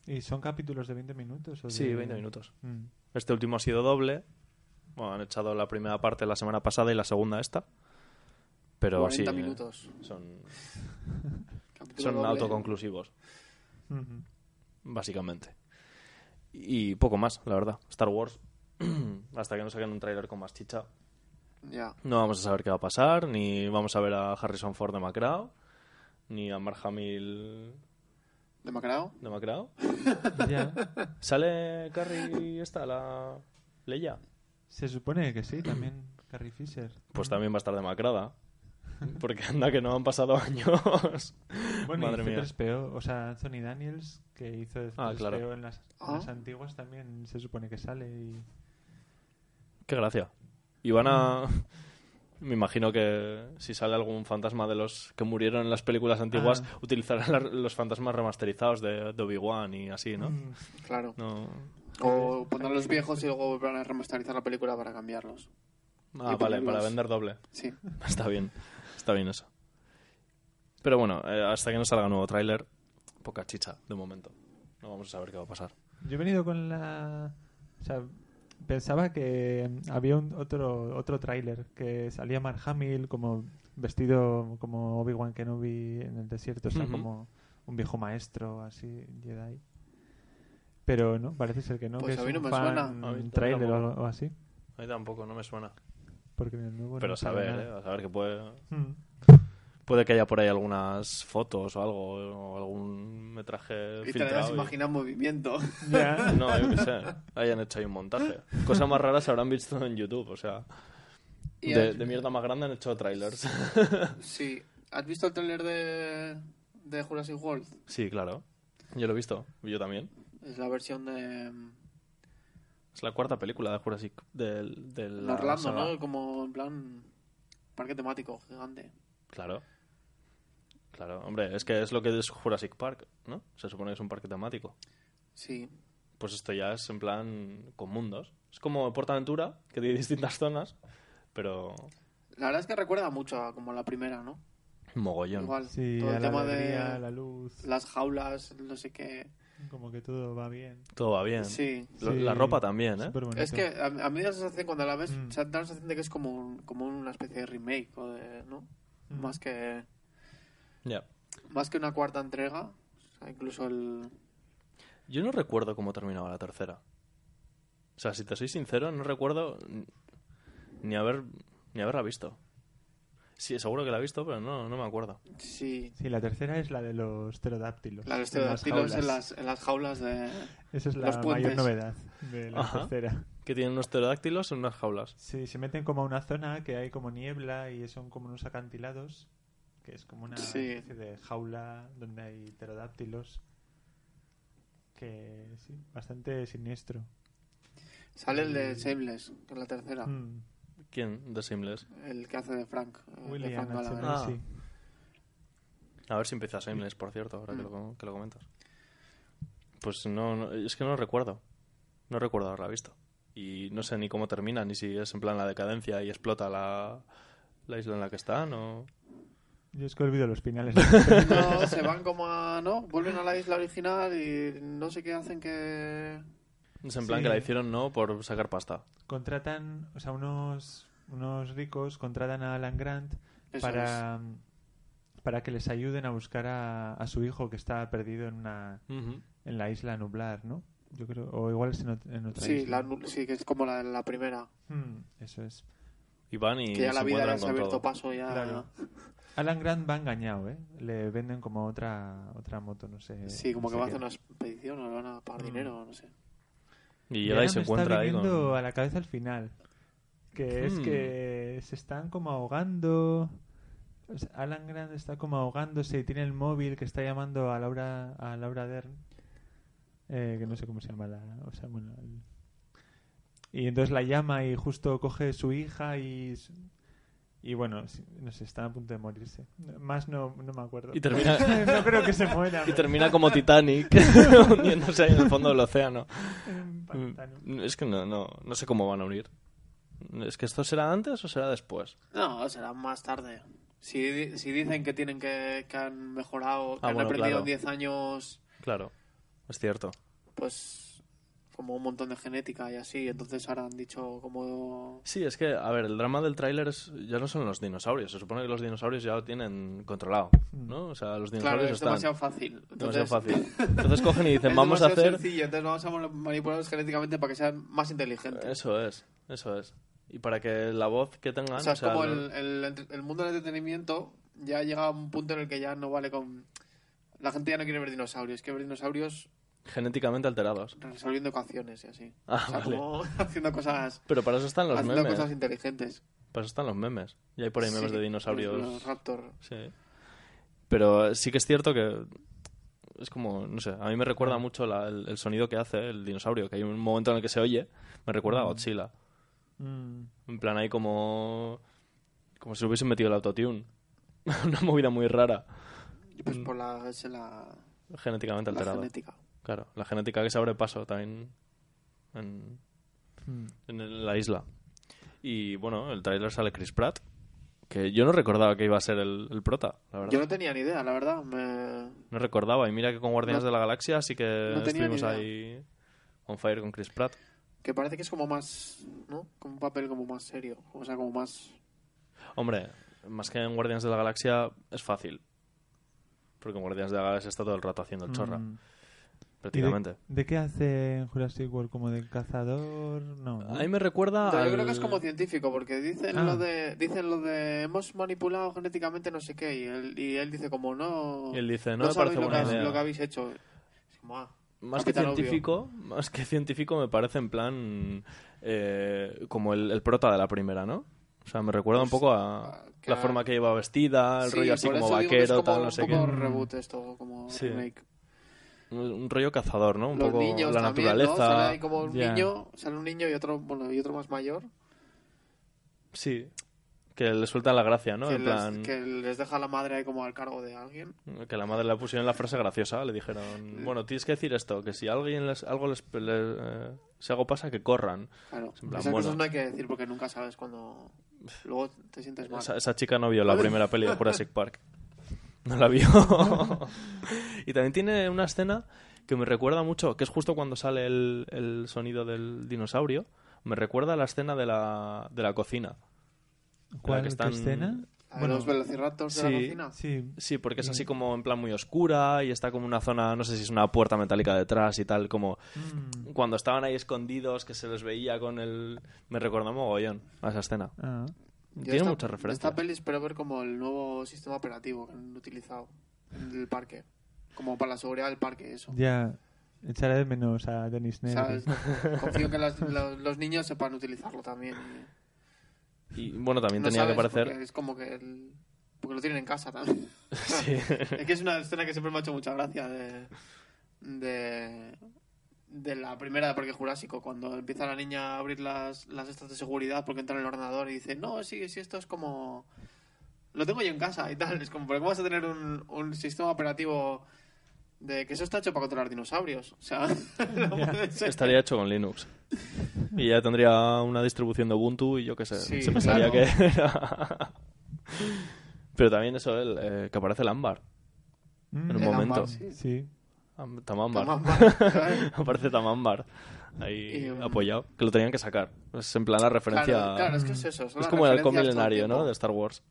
S3: ¿Y son capítulos de 20 minutos? o de-
S2: Sí, 20 minutos.
S3: Mm.
S2: Este último ha sido doble. Bueno, han echado la primera parte la semana pasada y la segunda esta. Pero
S4: 40
S2: sí,
S4: minutos.
S2: Son,
S4: Capítulo
S2: son
S4: doble.
S2: autoconclusivos,
S3: Ujú.
S2: básicamente. Y poco más, la verdad. Star Wars, <clears throat> hasta que no saquen un tráiler con más chicha,
S4: Ya.
S2: no vamos a saber qué va a pasar, ni vamos a ver a Harrison Ford de Macrao, ni a Mark Hamill
S4: ¿Demacrado?
S2: de Macrao.
S3: Ya.
S2: ¿Sale Carrie esta, la Leia?
S3: Se supone que sí, también Carrie Fisher.
S2: Pues también va a estar demacrada. Porque anda que no han pasado <laughs> años.
S3: Bueno,
S2: Madre
S3: y
S2: mía.
S3: C3PO, o sea, Anthony Daniels, que hizo de C3PO
S2: Ah, claro.
S3: en, las, en
S4: Ah.
S3: las antiguas, también se supone que sale. Y...
S2: Qué gracia. Y van a... <laughs> Me imagino que si sale algún fantasma de los que murieron en las películas antiguas,
S3: Ah.
S2: utilizarán la- los fantasmas remasterizados de, de Obi-Wan y así, ¿no?
S3: Mm,
S4: Claro.
S2: No.
S4: O pondrán los viejos y luego volverán a remasterizar la película para cambiarlos.
S2: Ah,
S4: Y
S2: vale,
S4: ponerlos.
S2: para vender doble. <laughs>
S4: Sí.
S2: Está bien. Está bien eso. Pero bueno, eh, hasta que no salga un nuevo tráiler, poca chicha, de momento. No vamos a saber qué va a pasar.
S3: Yo he venido con la... O sea, pensaba que había un otro otro tráiler que salía Mark Hamill como vestido como Obi-Wan Kenobi en el desierto, o sea,
S2: Ujú.
S3: como un viejo maestro, así, Jedi. Pero no, parece ser que no,
S4: Pues
S3: que
S4: a mí
S3: es
S4: no
S3: un
S4: me
S3: fan
S4: suena.
S2: A mí
S3: tráiler o,
S2: tampoco.
S3: algo- o así.
S2: A mí tampoco, no me suena.
S3: Porque en el nuevo
S2: Pero
S3: no
S2: a
S3: sale
S2: saber,
S3: nada.
S2: eh, a saber que puede... <laughs>
S3: Mm.
S2: Puede que haya por ahí algunas fotos o algo, o algún metraje
S4: Y te
S2: filtrado.
S4: las
S2: y-
S4: imaginas movimiento. <laughs>
S3: Ya.
S2: No, yo qué sé. Hayan hecho ahí un montaje. Cosas más raras habrán visto en YouTube, o sea.
S4: Y
S2: De,
S4: has-
S2: de mierda más grande han hecho trailers.
S4: Sí. ¿Has visto el tráiler de, de Jurassic World?
S2: Sí, claro. Yo lo he visto. Yo también.
S4: Es la versión de... mm,
S2: Es la cuarta película de Jurassic. Del, de la
S4: Orlando,
S2: saga.
S4: ¿no? Como en plan... Parque temático gigante.
S2: Claro. Claro, hombre, es que es lo que es Jurassic Park, ¿no? Se supone que es un parque temático.
S4: Sí.
S2: Pues esto ya es en plan con mundos. Es como Portaventura, que tiene distintas zonas, pero
S4: La verdad es que recuerda mucho a como la primera, ¿no?
S2: mogollón.
S4: Igual.
S3: Sí,
S4: todo
S3: a
S4: el
S3: la
S4: tema
S3: alegría,
S4: de
S3: la luz,
S4: las jaulas, no sé qué.
S3: como que todo va bien.
S2: Todo va bien.
S4: Sí.
S2: Lo-
S3: Sí.
S2: La ropa también, ¿eh?
S3: Superbonito.
S4: Es que a, a mí da la sensación cuando la ves,
S3: Mm.
S4: o sea, da la sensación de que es como, un- como una especie de remake, o de, ¿no?
S3: Mm.
S4: Más que
S2: Ya.
S4: más que una cuarta entrega, o sea, incluso el...
S2: Yo no recuerdo cómo terminaba la tercera. O sea, si te soy sincero, no recuerdo n- ni haber ni haberla visto. Sí, seguro que la he visto, pero no, no me acuerdo.
S4: Sí,
S3: Sí, la tercera es la de los pterodáctilos.
S4: la de los
S3: en las
S4: pterodáctilos en
S3: jaulas.
S4: las, en las jaulas de...
S3: Esa es la
S4: los
S3: mayor
S4: puentes.
S3: novedad de la
S2: Ajá.
S3: tercera.
S2: Que tienen unos pterodáctilos en unas jaulas.
S3: Sí, se meten como a una zona que hay como niebla y son como unos acantilados, que es como una
S4: Sí.
S3: especie de jaula donde hay pterodáctilos. Que sí, bastante siniestro.
S4: Sale el de Shameless, que es la tercera,
S3: Mm,
S2: ¿Quién? De Seamless.
S4: el que hace de Frank, eh, de
S3: William
S4: Frank
S3: H.
S4: Gallagher.
S2: Ah.
S3: Macy.
S2: A ver si empieza Seamless, por cierto, ahora que lo, que lo comentas. Pues no, no- es que no recuerdo. No recuerdo haberla visto. y no sé ni cómo termina, ni si es en plan la decadencia y explota la, la isla en la que están o...
S3: Yo es que olvido los finales.
S4: No, se van como a. No, vuelven a la isla original y no sé qué hacen que.
S2: Es en plan
S3: Sí.
S2: que la hicieron no por sacar pasta.
S3: contratan, o sea, unos, unos ricos contratan a Alan Grant
S4: Eso
S3: para, para que les ayuden a buscar a, a su hijo que está perdido en una en la isla nublar, ¿no? Yo creo, o igual es en, ot- en otra
S4: Sí,
S3: isla.
S4: la nu- sí, que es como la, la primera.
S3: Hmm, eso es.
S2: Y van y
S4: que ya
S2: se
S4: la vida
S2: encuentran
S4: les ha
S2: con
S4: abierto
S2: todo.
S4: paso. ya
S3: Claro. Alan Grant va engañado, ¿eh? Le venden como otra otra moto, no sé.
S4: Sí,
S3: no
S4: como que
S3: sé
S4: va a
S3: qué.
S4: hacer una expedición o le van a pagar
S3: Mm.
S4: dinero, no sé.
S2: Y llega y
S3: ahora
S2: se
S3: me
S2: encuentra
S3: está
S2: ahí con...
S3: viniendo
S4: <laughs>
S3: a la cabeza el final. Que es
S2: Hmm.
S3: que se están como ahogando. O sea, Alan Grant está como ahogándose y tiene el móvil que está llamando a Laura, a Laura Dern. eh, que no sé cómo se llama la. O sea, bueno. el- Y entonces la llama y justo coge su hija y. s- Y bueno, sí, no sé, están a punto de morirse. Más no, no me acuerdo.
S2: Y termina-
S3: <laughs> no creo que se muera.
S2: <laughs> Y termina como
S4: <laughs>
S2: Titanic, hundiéndose ahí en el fondo del océano.
S3: en un pantano.
S2: Es que no, no, no sé cómo van a unir. Es que esto será antes o será después.
S4: No, será más tarde. Si, di- si dicen que tienen que, que han mejorado, que
S2: Ah,
S4: han
S2: bueno,
S4: aprendido
S2: claro.
S4: en 10 años,
S2: Claro, es cierto.
S4: pues como un montón de genética y así, entonces ahora han dicho como...
S2: Sí, es que, a ver, el drama del tráiler es- ya no son los dinosaurios. Se supone que los dinosaurios ya lo tienen controlado, ¿no? O sea, los
S4: Claro,
S2: dinosaurios
S4: es
S2: están...
S4: demasiado fácil. Entonces,
S2: demasiado
S4: <laughs>
S2: fácil. Entonces cogen y dicen,
S4: es
S2: vamos a
S4: demasiado
S2: hacer...
S4: sencillo, entonces vamos a manipularlos genéticamente para que sean más inteligentes.
S2: Eso es, eso es. Y para que la voz que tengan...
S4: O sea, es
S2: o sea,
S4: como
S2: lo-
S4: el, el entre- el mundo del entretenimiento ya llega a un punto en el que ya no vale con... La gente ya no quiere ver dinosaurios, quiere ver dinosaurios
S2: Genéticamente alterados.
S4: resolviendo ecuaciones y así.
S2: Ah,
S4: o sea,
S2: vale.
S4: como <laughs> haciendo cosas,
S2: Pero para eso están los
S4: haciendo
S2: memes.
S4: cosas inteligentes.
S2: Para eso están los memes. Y hay por ahí memes
S4: Sí, pues,
S2: de
S4: los
S2: dinosaurios...
S4: Raptor.
S2: Sí. Pero eh, sí que es cierto que es como, no sé, a mí me recuerda mucho la- el, el sonido que hace el dinosaurio, que hay un momento en el que se oye, me recuerda a Godzilla.
S3: Mm.
S2: En plan, hay como. como si le hubiesen metido el autotune. <laughs> Una movida muy rara,
S4: Pues
S2: Mm.
S4: por la, es la,
S2: genéticamente
S4: la
S2: alterada.
S4: genética.
S2: claro, la genética que se abre paso también en,
S3: Hmm.
S2: en el- la isla. Y bueno, el tráiler sale Chris Pratt, que yo no recordaba que iba a ser el, el prota, la verdad.
S4: Yo no tenía ni idea, la verdad. Me...
S2: No recordaba. Y mira que con Guardianes
S4: No-
S2: de la Galaxia sí que
S4: no tenía ni
S2: estuvimos
S4: idea.
S2: ahí on fire con Chris Pratt.
S4: Que parece que es como más, ¿no? Como un papel como más serio. O sea, como más...
S2: Hombre, más que en Guardianes de la Galaxia es fácil. Porque en Guardianes de la Galaxia está todo el rato haciendo el chorra,
S3: Mm. ¿Y
S2: prácticamente.
S3: De, de qué hace en Jurassic World? ¿Como de cazador? No. ¿no?
S2: A mí me recuerda
S4: No,
S2: Ah, al-
S4: Yo creo que es como científico, porque dicen
S3: Ah.
S4: lo de dicen lo de hemos manipulado genéticamente no sé qué, y él, y él dice como no...
S2: Y él dice, no me
S4: sabéis
S2: parece
S4: lo, que,
S2: buena
S4: has-
S2: idea.
S4: lo que habéis hecho. Es como, ah,
S2: Más
S4: Ah,
S2: que
S4: qué tan obvio.
S2: científico, más que científico me parece en plan eh, como el, el prota de la primera, ¿no? O sea, me recuerda un
S4: Pues,
S2: poco a
S4: ah, que
S2: la
S4: a-
S2: forma que iba vestida, el
S4: Sí,
S2: rollo así
S4: por
S2: como
S4: eso digo que es
S2: vaquero,
S4: como
S2: tal,
S4: un
S2: no sé
S4: poco
S2: qué.
S4: reboot esto, como
S2: Sí.
S4: remake.
S2: Un, un rollo cazador, ¿no? Un
S4: Los
S2: poco
S4: niños
S2: la
S4: también,
S2: naturaleza.
S4: ¿no? Sale ahí como un
S3: Ya.
S4: niño, sale un niño y otro, bueno, y otro más mayor,
S2: Sí. Que le sueltan la gracia, ¿no?
S4: que,
S2: en
S4: les,
S2: plan,
S4: que les deja a la madre ahí como al cargo de alguien.
S2: que la madre la pusieron en la frase graciosa. Le dijeron, bueno, tienes que decir esto, que si alguien les, algo les, les, eh, si algo pasa, que corran.
S4: Claro.
S2: En plan,
S4: Esas
S2: bueno.
S4: cosas no hay que decir porque nunca sabes cuando luego te sientes mal.
S2: Esa, esa chica no vio la primera peli de Jurassic Park. No la
S4: <laughs>
S2: vio. y también tiene una escena que me recuerda mucho, que es justo cuando sale el, el sonido del dinosaurio. Me recuerda a la escena de la, de la cocina.
S3: ¿Cuál
S2: que
S3: que
S2: están-
S3: escena?
S4: A ver, los velociraptors de
S2: sí,
S4: la cocina.
S3: sí.
S2: Sí, porque es
S4: Mm.
S2: así como en plan muy oscura y está como una zona, no sé si es una puerta metálica detrás y tal, como
S3: Mm.
S2: cuando estaban ahí escondidos que se los veía con el... Me recordó mogollón a esa escena.
S3: Ah.
S4: Yo
S2: Tiene
S4: esta-
S2: muchas referencias.
S4: Esta peli espero ver como el nuevo sistema operativo que han utilizado en el parque. Como para la seguridad del parque, eso.
S3: Ya. Echaré de menos a Dennis
S4: O
S3: Nedry.
S4: sea,
S2: <laughs>
S4: es- confío en que las- los, los niños sepan utilizarlo también.
S2: Y bueno, también
S4: No
S2: tenía que
S4: sabes,
S2: aparecer...
S4: porque Es como que... el- porque lo tienen en casa también.
S2: Sí.
S4: Es que es una escena que siempre me ha hecho mucha gracia de. de. de la primera de Parque Jurásico, cuando empieza la niña a abrir las, las estas de seguridad porque entra en el ordenador y dice, no, sí, sí, esto es como. Lo tengo yo en casa y tal. Es como, ¿pero cómo vas a tener un, un sistema operativo De que eso está hecho para controlar dinosaurios. O sea, <laughs> no puede ser.
S2: Estaría hecho con Linux. Y ya tendría una distribución de Ubuntu y yo qué sé.
S4: Sí,
S2: se pensaría
S4: claro.
S2: que era- <laughs> Pero también eso, el, eh, que aparece el ámbar. En un
S4: El ámbar,
S2: momento.
S4: sí.
S3: Mm. Sí.
S2: Am- Tamámbar.
S4: Tamámbar, claro.
S2: <laughs> aparece Tamámbar. Ahí
S4: Y, um,
S2: apoyado. Que lo tenían que sacar. Es en plan la referencia.
S4: Claro, claro, es que es eso. son
S2: es
S4: las
S2: como el halcón
S4: referencias todo el
S2: milenario, ¿no?
S4: tiempo.
S2: De Star Wars.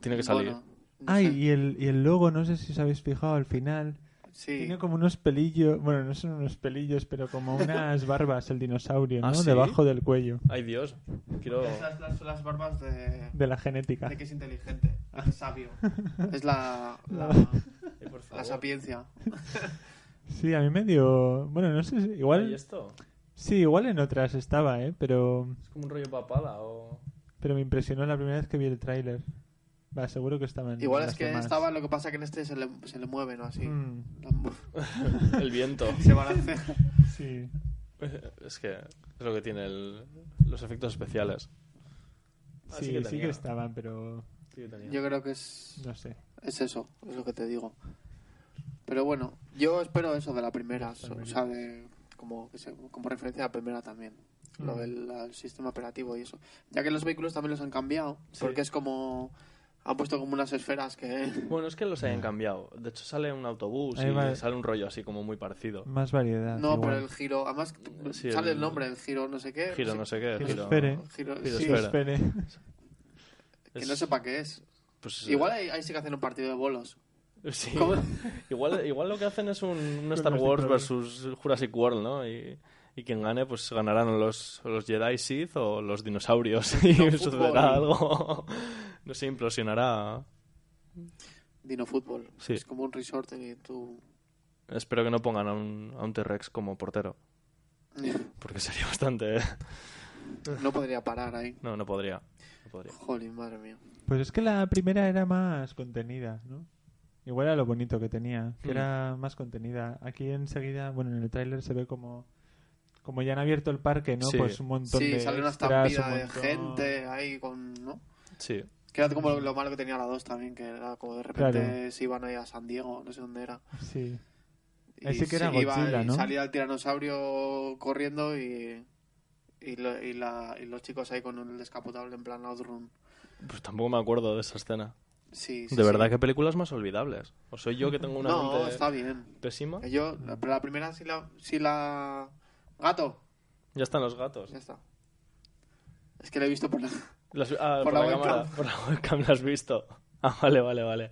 S2: Tiene que salir.
S4: Bueno, no
S3: Ay,
S4: sé.
S3: y el, y el logo, no sé si os habéis fijado al final.
S4: Sí.
S3: Tiene como unos pelillos, bueno, no son unos pelillos, pero como unas barbas el dinosaurio, ¿no?
S2: ¿Ah, sí?
S3: Debajo del cuello,
S2: Ay, Dios. Quiero.
S4: Esas las- son las barbas de,
S3: de la genética.
S4: de que es inteligente, de que es sabio. Es la, la,
S2: Ay, por
S4: la
S2: favor.
S4: sapiencia.
S3: Sí, a mí me dio, bueno, no sé, si-
S2: Ay,
S3: igual,
S2: esto?
S3: sí, igual en otras estaba, ¿eh? Pero,
S2: Es como un rollo papada o.
S3: pero me impresionó la primera vez que vi el tráiler. Va, seguro que estaba en
S4: Igual
S3: las
S4: es que
S3: demás.
S4: estaba, lo que pasa que en este se le, se le mueve, ¿no? Así.
S3: Mm,
S2: El viento.
S4: Se balancea.
S3: sí.
S2: Es que es lo que tiene el- los efectos especiales. Ah,
S3: Sí,
S2: sí que
S3: sí
S2: tenía.
S3: que estaban, pero
S4: Yo creo que es,
S3: no sé.
S4: es eso, es lo que te digo. Pero bueno, yo espero eso de la primera, so- o sea, de, como, que se- como referencia a la primera también. Lo
S3: Mm.
S4: del al sistema operativo y eso. Ya que los vehículos también los han cambiado,
S2: Sí.
S4: porque es como. Han puesto como unas esferas que.
S2: Bueno, es que los hayan cambiado. De hecho, sale un autobús
S3: Ahí
S2: y
S3: va.
S2: sale un rollo así como muy parecido.
S3: Más variedad.
S4: No,
S3: Ah, igual.
S4: pero el giro. Además, t-
S2: Sí,
S4: sale el...
S2: el-
S4: nombre, el giro no sé qué.
S2: Giro, no sé qué. Giro.
S3: Girosfere.
S4: Giro-
S2: Giro,
S4: sí,
S3: Sí,
S2: espera.
S3: espere.
S4: que
S2: Es-
S4: no sepa qué es.
S2: pues, eh,
S4: Igual ahí, ahí sí que hacen un partido de bolos.
S2: <laughs> sí.
S4: ¿Cómo?
S2: igual, igual lo que hacen es un, un Star
S3: los
S2: Wars
S3: dinosaurios.
S2: versus Jurassic World, ¿no? Y, y quien gane, pues ganarán los, los Jedi Sith o los dinosaurios. <laughs> Y
S4: Dino
S2: sucederá
S4: fútbol.
S2: algo. <laughs> No sé, implosionará.
S4: Dino fútbol.
S2: Sí.
S4: Es como un resort y tú. <laughs>
S2: Espero que no pongan a un, a un T-Rex como portero. Porque sería bastante. <laughs>
S4: No podría parar ahí.
S2: No, no podría. No podría.
S4: Jolín, madre mía.
S3: Pues es que la primera era más contenida, ¿no? Igual era lo bonito que tenía, que
S2: Mm.
S3: era más contenida. Aquí enseguida, bueno, en el tráiler se ve como como ya han abierto el parque, ¿no?
S2: Sí.
S3: Pues un montón de
S4: Sí, sale una
S3: extras,
S4: estampida
S3: un
S4: de
S3: montón-
S4: gente ahí con. ¿no?
S2: Sí.
S4: Que era como lo malo que tenía la 2 también, que era como de repente
S3: Claro.
S4: se iban ahí a San Diego, no sé dónde era.
S3: Sí.
S4: Y
S3: Ahí sí que era
S4: se iba-
S3: Godzilla,
S4: y
S3: ¿no?
S4: salía el tiranosaurio corriendo y. Y, lo- y la- y los chicos ahí con el descapotable en plan Outrun.
S2: Pues tampoco me acuerdo de esa escena.
S4: Sí, sí,
S2: de
S4: sí.
S2: verdad, qué películas más olvidables. O soy yo que tengo una
S4: no, eh,
S2: mente
S4: está bien.
S2: pésima.
S4: Yo, la- pero la primera sí la, sí la... Gato,
S2: Ya están los gatos.
S4: ya está. Es que lo he visto por la... <laughs>
S2: Las- ah, por,
S4: Por la
S2: la,
S4: webcam.
S2: cámara. Por la webcam las has visto. <laughs> Ah, vale, vale, vale.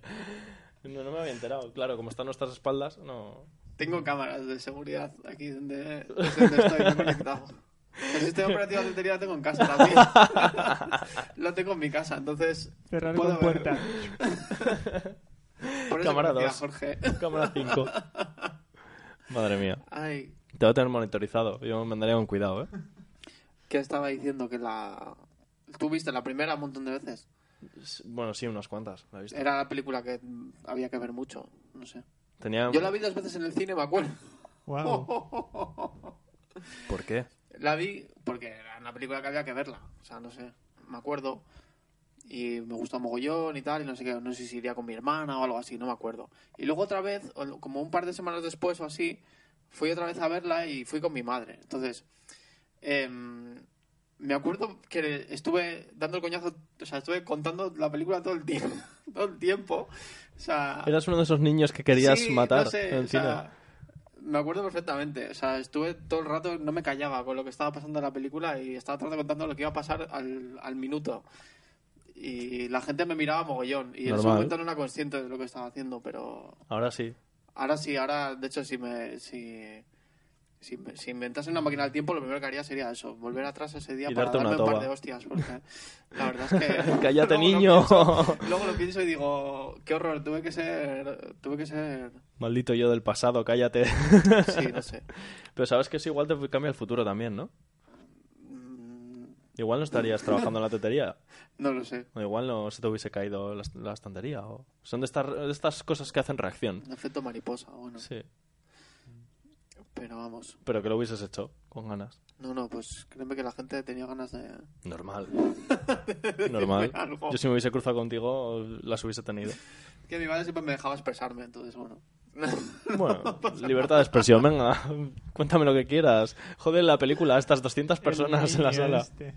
S2: No, no me había enterado. Claro, como están nuestras espaldas, no.
S4: Tengo cámaras de seguridad aquí donde, desde donde estoy no he conectado. El sistema operativo de lotería lo tengo en casa también. <laughs> lo tengo en mi casa, entonces...
S3: Cerrar
S4: puedo
S3: con
S4: ver. <laughs>
S3: puerta.
S4: Por eso
S2: Cámara
S4: conocía a
S2: dos.
S4: Jorge.
S2: Cámara 5.
S4: <laughs>
S2: Madre mía.
S4: Ay,
S2: Te va a tener monitorizado. Yo me andaría con cuidado, ¿eh?
S4: que estaba diciendo que la... Tú viste la primera un montón de veces.
S2: S- Bueno, sí, unas cuantas. la he visto.
S4: Era la película que mm, había que ver mucho, no sé.
S2: Tenía...
S4: Yo la vi dos veces en el cine, me acuerdo.
S3: Wow.
S2: Oh.
S4: <laughs>
S2: ¿Por qué?
S4: La vi porque era una película que había que verla. O sea, no sé, me acuerdo. Y me gustó mogollón y tal, y no sé qué, no sé si iría con mi hermana o algo así, no me acuerdo. Y luego otra vez, o- como un par de semanas después o así, fui otra vez a verla y fui con mi madre. Entonces, em, me acuerdo que estuve dando el coñazo, o sea, estuve contando la película todo el tiempo. <laughs> todo el tiempo. O sea,
S2: Eras uno de esos niños que querías
S4: Ah. Sí,
S2: matar
S4: no sé,
S2: en
S4: o
S2: cine.
S4: sea, me acuerdo perfectamente. O sea, estuve todo el rato, no me callaba con lo que estaba pasando en la película y estaba tratando de contando lo que iba a pasar al, al minuto. Y la gente me miraba mogollón. Y en ese
S2: Normal.
S4: momento no era consciente de lo que estaba haciendo, pero
S2: Ahora sí.
S4: ahora sí, ahora, de hecho, si me. Si, si, me- si inventase una máquina del tiempo, lo primero que haría sería eso, volver atrás ese día
S2: Y
S4: para
S2: darte una
S4: darme un par
S2: toba.
S4: de hostias, porque la verdad es
S2: <laughs>
S4: que... <laughs>
S2: Cállate,
S4: luego lo
S2: niño.
S4: Eh, pienso- luego lo pienso y digo, qué horror, tuve que ser... Tuve que ser...
S2: <laughs> Maldito yo del pasado, cállate.
S4: Sí, no sé.
S2: Pero sabes que eso igual te cambia el futuro también, ¿no?
S4: <laughs> Mm,
S2: Igual no estarías trabajando en la tetería.
S4: No lo sé.
S2: O igual no se te hubiese caído la, la estantería. O... Son de estas, de estas cosas que hacen reacción.
S4: Un efecto mariposa, bueno.
S2: Sí.
S4: Pero vamos.
S2: Pero que lo hubieses hecho con ganas.
S4: No, no, pues créeme que la gente tenía ganas de... <laughs>
S2: Normal. Normal.
S4: algo. <laughs>
S2: Yo si me hubiese cruzado contigo, las hubiese tenido.
S4: Que mi madre siempre me dejaba expresarme, entonces bueno.
S2: Bueno, libertad de expresión, venga, <laughs> cuéntame lo que quieras. Joder, la película a estas 200 personas en la
S3: niño
S2: sala.
S3: este.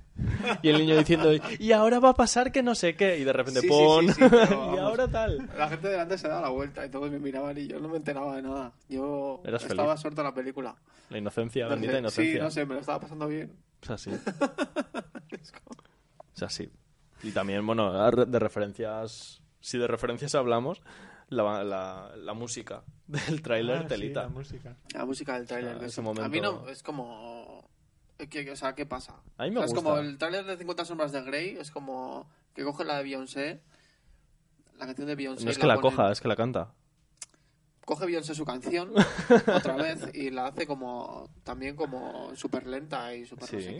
S2: Y el niño diciendo, y ahora va a pasar que no sé qué. Y de repente,
S4: Sí, sí,
S2: pon.
S4: sí, sí, pero
S2: <laughs> y
S4: vamos.
S2: ahora tal.
S4: La gente delante se daba la vuelta y todos me miraban y yo no me enteraba de nada. Yo
S2: Eras
S4: estaba
S2: feliz.
S4: suelto en la película.
S2: La inocencia,
S4: No sé,
S2: bendita
S4: sí,
S2: inocencia.
S4: no sé, me lo estaba pasando bien.
S2: Es así. es así. Y también, bueno, a re- de referencias. Si de referencias hablamos, la, la- la música <laughs> del tráiler
S3: Ah,
S2: telita.
S3: Sí, la música.
S4: La música del tráiler.
S2: Ah,
S4: que
S2: ese
S4: es-
S2: momento-
S4: A mí no, es como... que- que- o sea, ¿qué pasa?
S2: A mí me
S4: O sea, es
S2: gusta.
S4: como el tráiler de 50 sombras de Grey, es como que coge la de Beyoncé, la canción de Beyoncé.
S2: no es
S4: y
S2: que la
S4: ponen-
S2: coja, es que la canta.
S4: Coge Beyoncé su
S2: <laughs>
S4: canción otra vez y la hace como también como súper lenta y súper no
S2: Sí.
S4: sé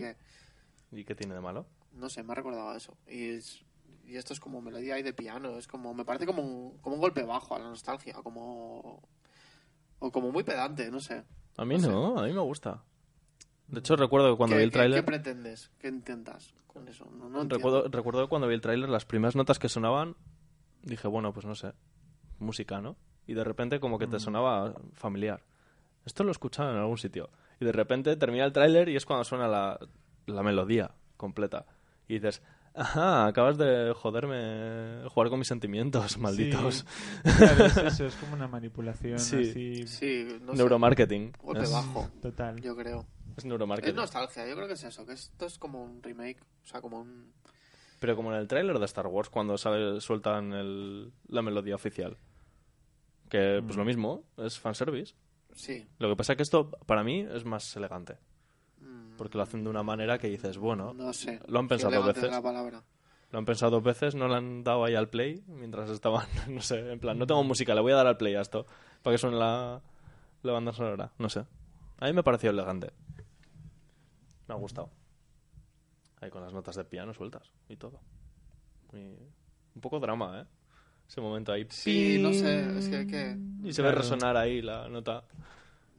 S4: qué.
S2: ¿Y qué tiene de malo?
S4: No sé, me ha recordado a eso. Y, es- y esto es como melodía ahí de piano. Es como, me parece como un, como un golpe bajo a la nostalgia. Como. O como muy pedante, no sé.
S2: A mí
S4: No sé.
S2: no, a mí me gusta. De hecho, recuerdo que cuando
S4: ¿Qué,
S2: vi el
S4: qué-
S2: tráiler...
S4: qué pretendes? ¿Qué intentas con eso? No, no entiendo.
S2: Recuerdo, recuerdo que cuando vi el tráiler, las primeras notas que sonaban, dije, bueno, pues no sé, música, ¿no? Y de repente como
S4: Mm.
S2: que te sonaba familiar. Esto lo he escuchado en algún sitio. Y de repente termina el tráiler y es cuando suena la, la melodía completa. Y dices, ajá, acabas de joderme, jugar con mis sentimientos, malditos. <laughs>
S3: Sí, claro, es eso, es como una manipulación
S2: Sí.
S3: así
S4: Sí, no sé.
S2: neuromarketing.
S4: Golpe
S2: Es,
S4: bajo, Eh,
S3: total.
S4: yo creo.
S2: es
S4: Es
S2: neuromarketing.
S4: nostalgia, yo creo que es eso. Que esto es como un remake. O sea, como un.
S2: Pero como en el tráiler de Star Wars, cuando sale, sueltan el- la melodía oficial. Que
S4: Mm.
S2: pues lo mismo, es fanservice.
S4: Sí.
S2: Lo que pasa es que esto, para mí, es más elegante.
S4: Mm,
S2: Porque lo hacen de una manera que dices, bueno,
S4: No sé.
S2: lo han
S4: Sí,
S2: pensado
S4: elegante
S2: veces.
S4: es la palabra.
S2: lo han pensado dos veces, no le han dado ahí al play mientras estaban, <laughs> no sé, en plan, no tengo música, le voy a dar al play a esto para que suene la, la banda sonora. No sé. A mí me ha parecido elegante. Me ha gustado. Ahí con las notas de piano sueltas y todo. Muy- Un poco drama, ¿eh? Ese momento ahí.
S4: Sí, no sé.
S2: ping,
S4: Es que, que
S2: Y se ve
S3: Claro.
S2: resonar ahí la nota.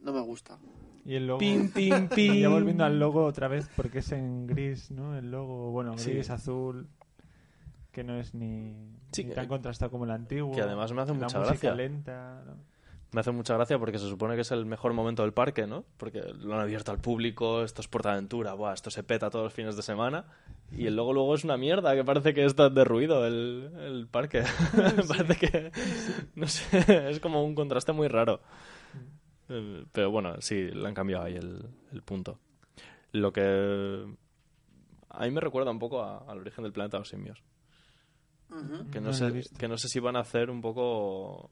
S4: no me gusta.
S3: Y el logo. <laughs>
S2: Pim, pim, pim.
S3: Y ya volviendo al logo otra vez, porque es en gris, ¿no? El logo, bueno,
S2: Sí.
S3: gris, azul, que no es ni,
S2: Sí,
S3: ni
S2: que-
S3: tan contrastado como el antiguo.
S2: que además me hace
S3: la
S2: mucha
S3: música
S2: gracia.
S3: lenta. ¿no?
S2: Me hace mucha gracia porque se supone que es el mejor momento del parque, ¿no? Porque lo han abierto al público, esto es Portaventura, buah, esto se peta todos los fines de semana. Y el logo luego es una mierda, que parece que está derruido el, el parque. <laughs> parece que, no sé, <laughs> es como un contraste muy raro. Eh, Pero bueno, sí, le han cambiado ahí el, el punto. Lo que a mí me recuerda un poco a- al origen del planeta de los simios.
S4: Ujú.
S2: Que no,
S3: No lo he
S2: sé,
S3: visto.
S2: que no sé si van a hacer un poco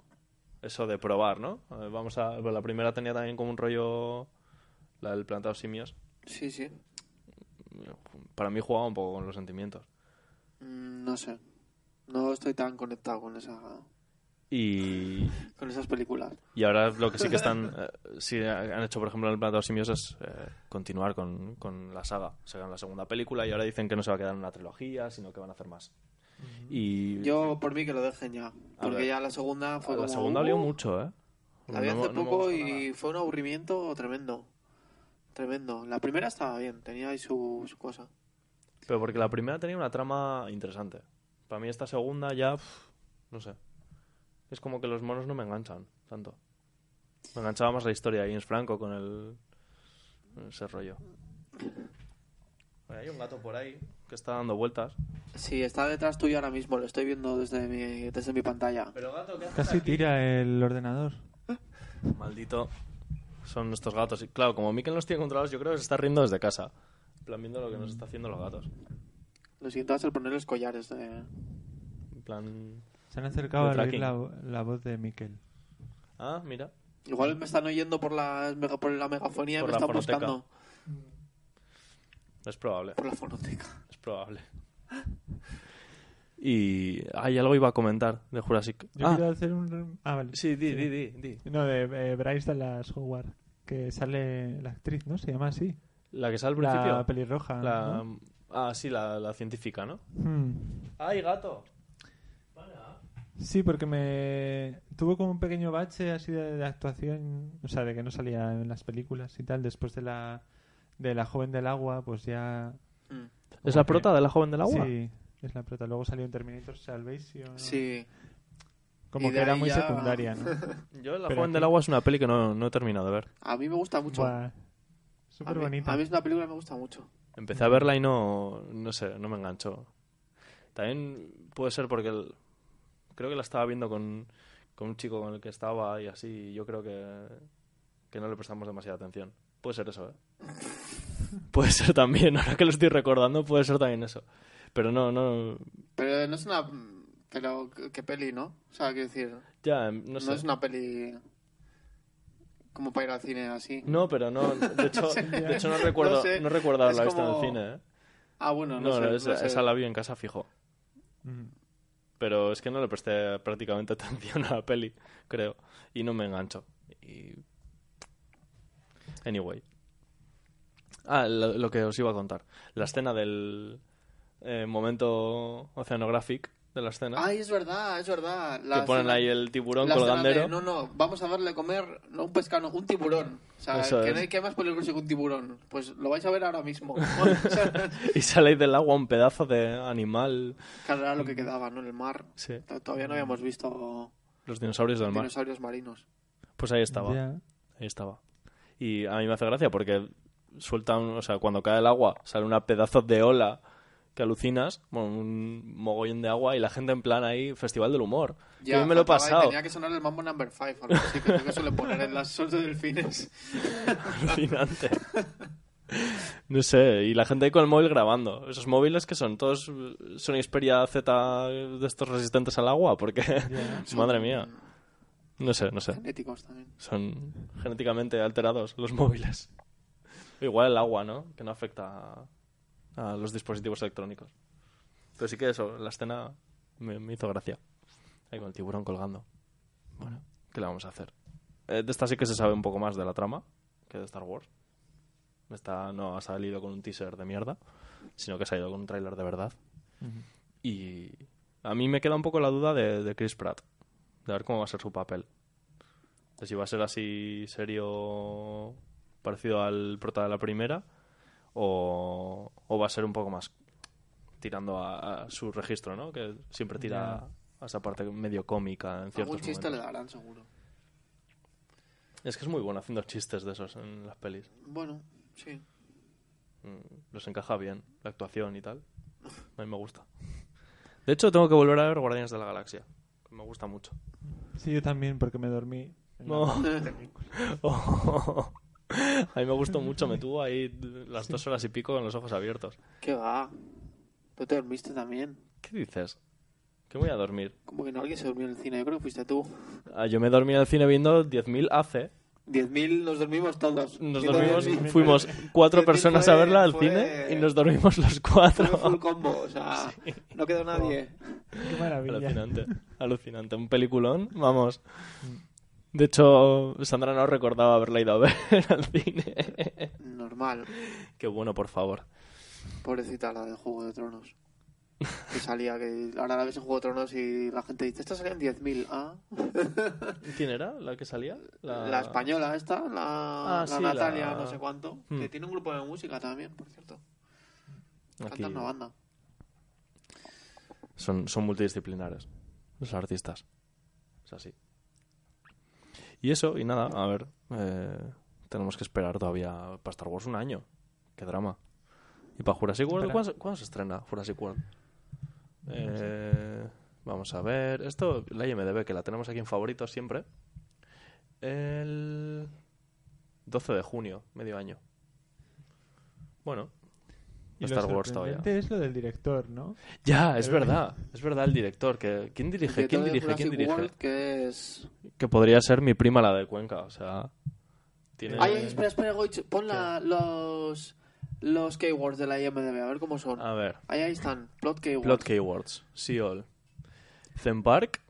S2: eso de probar, ¿no? Eh, Vamos a. bueno, La primera tenía también como un rollo. La del plantado simios.
S4: Sí, sí.
S2: Para mí jugaba un poco con los sentimientos.
S4: Mm, No sé. No estoy tan conectado con esa
S2: Y,
S4: con esas películas.
S2: y ahora lo que sí que
S3: <laughs>
S2: están. eh, sí han hecho, por ejemplo, en el plantado simios es eh, continuar con, con la saga. O sea, en la segunda película y ahora dicen que no se va a quedar en una trilogía, sino que van a hacer más. Y.
S4: Yo por mí que lo dejen ya, porque
S2: ver.
S4: ya la segunda fue
S2: la
S4: como,
S2: segunda
S4: uh,
S2: olió mucho, ¿eh?
S4: La vi
S2: No me-
S4: hace
S2: no me
S4: poco
S2: gustó
S4: y
S2: nada.
S4: fue un aburrimiento tremendo. Tremendo. La primera estaba bien, tenía ahí su, su cosa.
S2: Pero porque la primera tenía una trama interesante. Para mí esta segunda ya, pf, no sé. Es como que los monos no me enganchan tanto. Me enganchaba más la historia de James Franco con el con ese rollo. Bueno, hay un gato por ahí que está dando vueltas.
S4: Sí, está detrás tuyo ahora mismo, lo estoy viendo desde mi, desde mi pantalla.
S2: Pero gato, ¿qué haces
S3: Casi
S2: aquí?
S3: tira el ordenador.
S2: Maldito. Son estos gatos. Y claro, como Mikel nos tiene controlados, yo creo que se está riendo desde casa. En plan, viendo lo que nos está haciendo los gatos.
S4: Lo siguiente va a este- ser ponerles collares de...
S2: En plan...
S3: Se han acercado
S2: El
S3: a oír
S2: tracking.
S3: la, vo- la voz de Miquel.
S2: Ah, mira.
S4: Igual me están oyendo por la, por la megafonía y
S2: Por
S4: me
S2: la
S4: están
S2: fonoteca.
S4: buscando.
S2: Es probable.
S4: Por la fonoteca.
S2: Es probable. Y. Ah, ya lo iba a comentar de Jurassic.
S3: Yo
S2: ah,
S3: quiero hacer un... Ah, vale.
S2: sí, di, di, di, di.
S3: No, de eh, Bryce Dallas Howard, que sale la actriz, ¿no? Se llama así.
S2: La que sale al principio.
S3: La pelirroja.
S2: La-
S3: ¿no?
S2: Ah, sí, la, la científica, ¿no?
S3: Hmm.
S2: ¡Ay, gato!
S3: Sí, porque me tuvo como un pequeño bache así de, de actuación, o sea, de que no salía en las películas y tal. Después de la de la joven del agua, pues ya.
S4: Mm.
S2: ¿Es la
S3: Ok.
S2: prota de la joven del agua?
S3: Sí, es la prota. Luego salió en Terminator Salvation.
S4: Sí.
S3: Como
S4: Y
S3: que
S4: de
S3: era
S4: ahí
S3: muy
S4: ya-
S3: secundaria, ¿no?
S2: Yo, La
S3: Pero
S2: Joven
S3: aquí-
S2: del Agua es una peli que no, no he terminado de ver.
S4: A mí me gusta <laughs> mucho. A
S3: Buah, Súper
S4: mí-
S3: bonita.
S4: A mí es una película que me gusta mucho.
S2: Empecé a verla y no, no sé, no me enganchó. También puede ser porque el- creo que la estaba viendo con, con un chico con el que estaba y así, y yo creo que, que no le prestamos demasiada atención. Puede ser eso, ¿eh? Puede ser también, <laughs> ahora que lo estoy recordando, puede ser también eso. Pero no, no,
S4: Pero no es una. Pero qué peli, ¿no? O sea, quiero decir,
S2: ya, em, no
S4: no,
S2: sé.
S4: es una peli. como para ir al cine así.
S2: No, pero no,
S4: <laughs>
S2: de hecho,
S4: sé.
S2: de hecho no recuerdo, no
S4: No sé.
S2: recuerdo haberla
S4: Es
S2: visto
S4: como-
S2: en el cine, ¿eh?
S4: Ah, bueno,
S2: No,
S4: no, sé,
S2: no,
S4: no
S2: esa,
S4: sé.
S2: esa la vi en casa fijo.
S3: Mm.
S2: pero es que no le presté prácticamente <laughs> atención a la peli, creo, y no me engancho. Y... Anyway. Ah, lo, lo que os iba a contar. La escena del eh, momento oceanographic de la escena.
S4: Ay, Ah, es verdad, es verdad. La
S2: que ponen
S4: escena-
S2: ahí el tiburón
S4: la escena
S2: colgandero.
S4: de, no, no, vamos a darle comer, no un pescado, no, un tiburón. O sea,
S2: Eso
S4: que
S2: es.
S4: no hay que más peligroso que un tiburón. Pues lo vais a ver ahora mismo. <laughs> O sea,
S2: Y sale del agua un pedazo de animal.
S4: claro, era lo que quedaba, ¿no? En el mar.
S2: Sí,
S4: T- Todavía no habíamos visto
S2: los dinosaurios del mar.
S4: dinosaurios marinos.
S2: Pues ahí estaba.
S3: Ya.
S2: Ahí estaba. Y a mí me hace gracia porque suelta, un- o sea, cuando cae el agua sale una pedazo de ola que alucinas, bueno, un mogollón de agua y la gente en plan ahí, festival del humor. <laughs> Que a mí me lo he
S4: faltaba y
S2: pasado.
S4: Tenía que sonar el Mambo Number 5, algo así, que es lo que suelen poner en las shows de delfines.
S2: Alucinante. No sé, y la gente ahí con el móvil grabando. Esos móviles que son todos eh, Sony Xperia Z de estos resistentes al agua, porque <laughs> <laughs> madre mía. No sé, no sé.
S4: Genéticos también.
S2: Son genéticamente alterados los móviles. Igual el agua, ¿no? Que no afecta a, a los dispositivos electrónicos. Pero sí que eso, la escena me, me hizo gracia. Ahí con el tiburón colgando. Bueno, ¿qué le vamos a hacer? Eh, de esta sí que se sabe un poco más de la trama que de Star Wars. Esta no ha salido con un teaser de mierda, sino que ha salido con un tráiler de verdad.
S3: Ujú.
S2: Y a mí me queda un poco la duda de, de Chris Pratt, de ver cómo va a ser su papel. De si va a ser así serio, parecido al prota de la primera, o, o va a ser un poco más tirando a, a su registro, ¿no? Que siempre tira
S3: Ya.
S2: a esa parte medio cómica en
S4: Algún
S2: ciertos
S4: chiste le
S2: momentos.
S4: darán, seguro.
S2: Es que es muy bueno haciendo chistes de esos en las pelis.
S4: Bueno,
S2: <laughs>
S4: sí.
S2: Mm, Los encaja bien, la actuación y tal. A mí me gusta. De hecho, tengo que volver a ver Guardianes de la Galaxia. que Me gusta mucho.
S3: Sí, yo también, porque me dormí. en la
S2: No. <laughs>
S3: película.
S2: Oh. A mí me gustó mucho, me tuvo ahí las dos horas y pico con los ojos abiertos.
S4: ¿Qué va? ¿Tú te dormiste también?
S2: ¿Qué dices? Que voy a dormir.
S4: Como que no alguien se durmió en el cine, yo creo que fuiste tú.
S2: Ah, Yo me dormí en el cine viendo 10.000 AC.
S4: 10.000 nos dormimos todos.
S2: Nos
S4: Y
S2: dormimos,
S4: también
S2: fuimos cuatro
S4: 10.000
S2: personas a
S4: fue-
S2: verla al
S4: fue-
S2: cine y nos dormimos los
S4: fue full
S2: cuatro.
S4: combo,
S2: <laughs>
S4: o sea, no quedó nadie.
S3: Qué maravilla.
S2: Alucinante, alucinante. Un peliculón, vamos. De hecho, Sandra no recordaba haberla ido a ver <laughs> al cine.
S4: Normal,
S2: Qué bueno, por favor.
S4: pobrecita la de Juego de Tronos. Que salía, que ahora la ves en Juego de Tronos y la gente dice, esta salía en 10.000, ¿ah?
S2: ¿Quién era la que salía?
S4: La... española esta, la,
S2: Ah,
S4: la
S2: sí,
S4: Natalia,
S2: la-
S4: no sé cuánto.
S2: Hmm.
S4: Que tiene un grupo de música también, por cierto.
S2: Aquí.
S4: Canta una banda.
S2: son, son multidisciplinares los artistas. Es así. Y eso, y nada, a ver, eh, tenemos que esperar todavía para Star Wars un año. Qué drama. ¿Y para Jurassic World?
S3: Espera.
S2: ¿cuándo, se- cuándo se estrena Jurassic World? Eh, vamos a ver, esto, la IMDB, que la tenemos aquí en favoritos siempre. El 12 de junio, medio año. Bueno,
S3: Y lo
S2: Star Wars todavía.
S3: sorprendente es lo del director, ¿no?
S2: Ya, es
S3: Pero-
S2: verdad. Es verdad el director. Que, ¿Quién dirige?
S4: El
S2: ¿Quién
S4: director de
S2: dirige? ¿Quién
S4: Jurassic
S2: dirige?
S4: World, que es...
S2: Que podría ser mi prima la de Cuenca. O sea, tiene...
S4: Ay, ay, espera, espera, Goich, pon la- los, los keywords de la IMDB, a ver cómo son.
S2: A ver,
S4: Ahí, ahí están, plot keywords.
S2: Ah. plot keywords. Sí, all. Zen Park.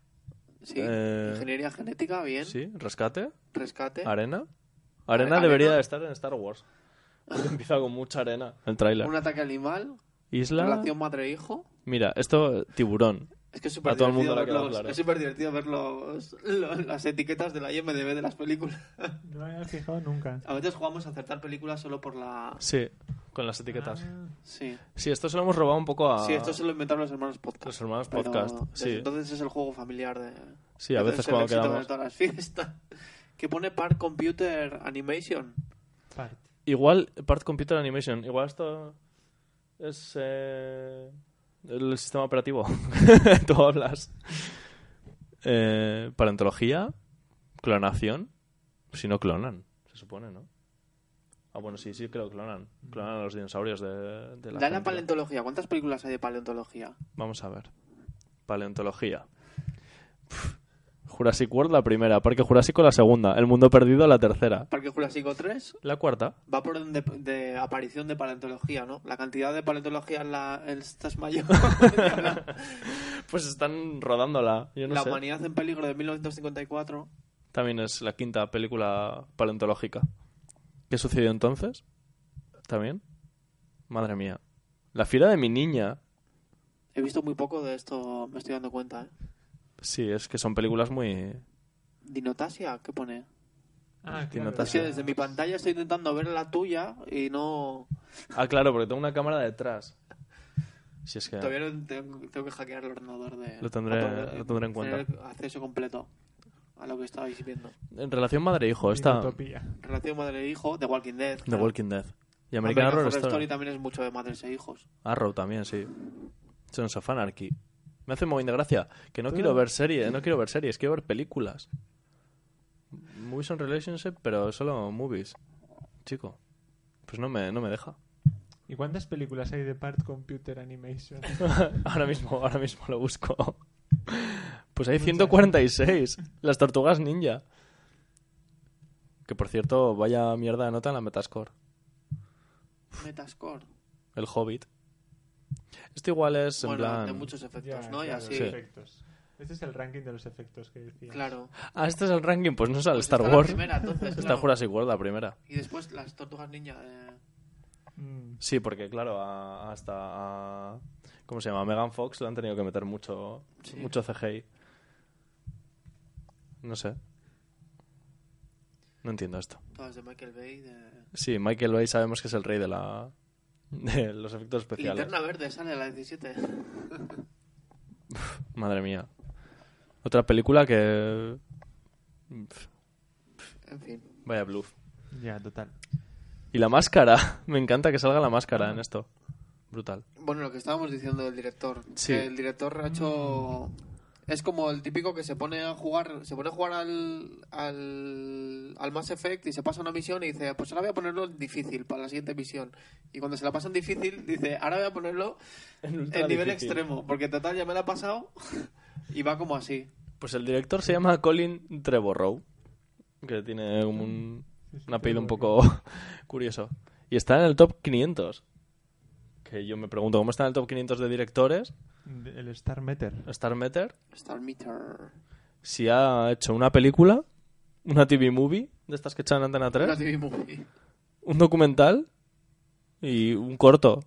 S4: Sí,
S2: Eh,
S4: ingeniería genética, bien.
S2: Sí, rescate.
S4: Rescate.
S2: Arena.
S4: Arena.
S2: Arena debería de estar en Star Wars. <laughs> Porque empieza con mucha arena el tráiler.
S4: Un ataque animal.
S2: Isla.
S4: Relación madre-hijo.
S2: Mira, esto, tiburón.
S4: Es que es súper
S2: A todo el
S4: divertido
S2: mundo le ha
S4: ver,
S2: quedado
S4: los-
S2: claro.
S4: es superdivertido ver los- lo- las etiquetas de la IMDB de las películas. <laughs>
S3: No me había fijado nunca.
S4: A veces jugamos a acertar películas solo por la...
S2: Sí, con las etiquetas.
S3: Ah,
S4: Sí.
S2: Sí, esto se lo hemos robado un poco a...
S4: Sí, esto se lo inventaron los hermanos podcast.
S2: Ah. Los hermanos
S4: Pero
S2: podcast,
S4: desde
S2: sí.
S4: Entonces es el juego familiar de...
S2: Sí, a veces
S4: Es el
S2: cuando
S4: éxito
S2: quedamos.
S4: de todas las fiestas. <laughs> Que pone Park Computer Animation.
S3: Part.
S2: Igual, Part Computer Animation, igual esto es eh, el sistema operativo. <laughs> Tú hablas. Eh, parentología, clonación, si no clonan, se supone, ¿no? Ah, bueno, sí, sí, creo que clonan. Clonan a los dinosaurios de, de la.
S4: Dale a
S2: gente.
S4: paleontología. ¿Cuántas películas hay de paleontología?
S2: Vamos a ver. Paleontología. Pf, Jurassic World la primera, Parque Jurásico la segunda, El Mundo Perdido la tercera,
S4: Parque Jurásico 3
S2: la cuarta.
S4: va por orden de, de aparición de paleontología, ¿no? La cantidad de paleontología en la, en estas mayor. <laughs>
S2: Pues están rodándola. Yo no
S4: la
S2: sé.
S4: humanidad en peligro de 1954.
S2: También es la quinta película paleontológica. ¿Qué sucedió entonces? ¿También? Madre mía. La fiera de mi niña.
S4: He visto muy poco de esto, me estoy dando cuenta, ¿eh?
S2: Sí, es que son películas muy...
S4: Dinotasia, ¿qué pone?
S3: Ah,
S2: Tiene
S3: claro,
S2: notas.
S4: Es que
S3: la-
S4: desde mi pantalla estoy intentando ver la tuya y no...
S2: Ah, claro, porque tengo una cámara detrás. Si es que...
S4: Todavía no tengo, tengo que hackear el ordenador de...
S2: Lo tendré-
S4: para poder
S2: lo tendré en
S4: tener acceso completo a lo que estabais viendo.
S2: En relación madre-hijo, esta... The
S3: Utopía.
S4: Relación madre-hijo, The Walking Dead. claro.
S2: Walking Dead. Y American, Horror Story.
S4: también es mucho de madres e hijos.
S2: Arrow también, sí. Sons of Anarchy. Me hace muy de gracia que no
S3: ¿Tú?
S2: quiero ver series, no quiero ver series, quiero ver películas. Movies on Relationship, pero solo movies. Chico, pues no me, no me deja. <laughs>
S3: ¿Y cuántas películas hay de Part Computer
S4: <laughs>
S3: Animation?
S2: ahora mismo, ahora mismo lo busco. Pues hay 146. Las tortugas ninja. Que por cierto, vaya mierda de nota en la Metascore.
S4: Metascore.
S2: El Hobbit. Esto igual es en
S4: Bueno,
S2: plan.
S4: de muchos efectos,
S3: Ya,
S4: ¿no? Y
S3: claro,
S4: así.
S3: los
S2: Sí.
S3: efectos. Este es el ranking de los efectos que
S2: <laughs>
S3: decías.
S4: Claro.
S2: Ah, este es el ranking, pues no sale
S4: Pues
S2: Star
S4: está la
S2: Wars.
S4: primera, entonces,
S2: Está
S4: claro.
S2: Jurassic World la primera.
S4: Y después las tortugas ninja. eh,
S3: Mm,
S2: Sí, porque claro, a- hasta a, ¿cómo se llama? A Megan Fox le han tenido que meter mucho
S4: Sí.
S2: mucho CGI. No sé. No entiendo esto.
S4: todas de Michael Bay. De...
S2: Sí, Michael Bay sabemos que es el rey de la de los efectos especiales.
S4: Linterna verde sale a la 17.
S2: Madre mía. Otra película que Pf,
S4: <laughs> En fin.
S2: vaya bluff.
S3: Ya, total.
S2: Y la máscara, <laughs> me encanta que salga la máscara en esto. Brutal.
S4: Bueno, lo que estábamos diciendo del director.
S2: Sí.
S4: que El director ha hecho. Es como el típico que se pone a jugar, se pone a jugar al, al, al Mass Effect y se pasa una misión y dice, pues ahora voy a ponerlo en difícil para la siguiente misión. Y cuando se la pasa en difícil, dice, ahora voy a ponerlo El nivel extremo, porque total ya me la ha pasado <laughs> y va como así.
S2: Pues el director se llama Colin Trevorrow, que tiene como un,
S3: Sí, sí,
S2: un apellido un
S3: Trevorrow.
S2: poco <laughs> curioso. Y está en el top 500. Que yo me pregunto, ¿cómo está en el top 500 de directores?
S3: De- El Star Meter.
S2: Star Meter.
S4: Star Meter.
S2: Si ha hecho una película, una TV movie, de estas que echan en Antena
S4: Una
S2: 3,
S4: TV movie.
S2: un documental y un corto.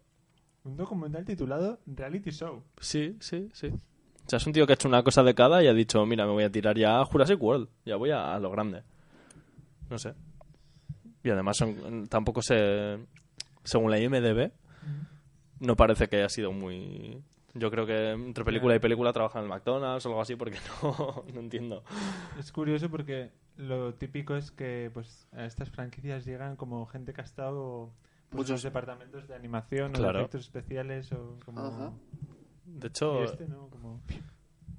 S3: Un documental titulado Reality Show.
S2: Sí, sí, sí. O sea, es un tío que ha hecho una cosa de cada y ha dicho, mira, me voy a tirar ya a Jurassic World, ya voy a, a lo grande. No sé. Y además son- tampoco se... Según la IMDB, no parece que haya sido muy... Yo creo que entre película y película trabajan en el McDonald's o algo así porque <laughs> no, no entiendo.
S3: Es curioso porque lo típico es que pues a estas franquicias llegan como gente que ha estado pues, en
S4: Muchos.
S3: los departamentos de animación o
S2: Claro.
S3: de efectos especiales o como...
S4: Ajá.
S2: De
S3: Y
S2: hecho,
S3: este, ¿no? Como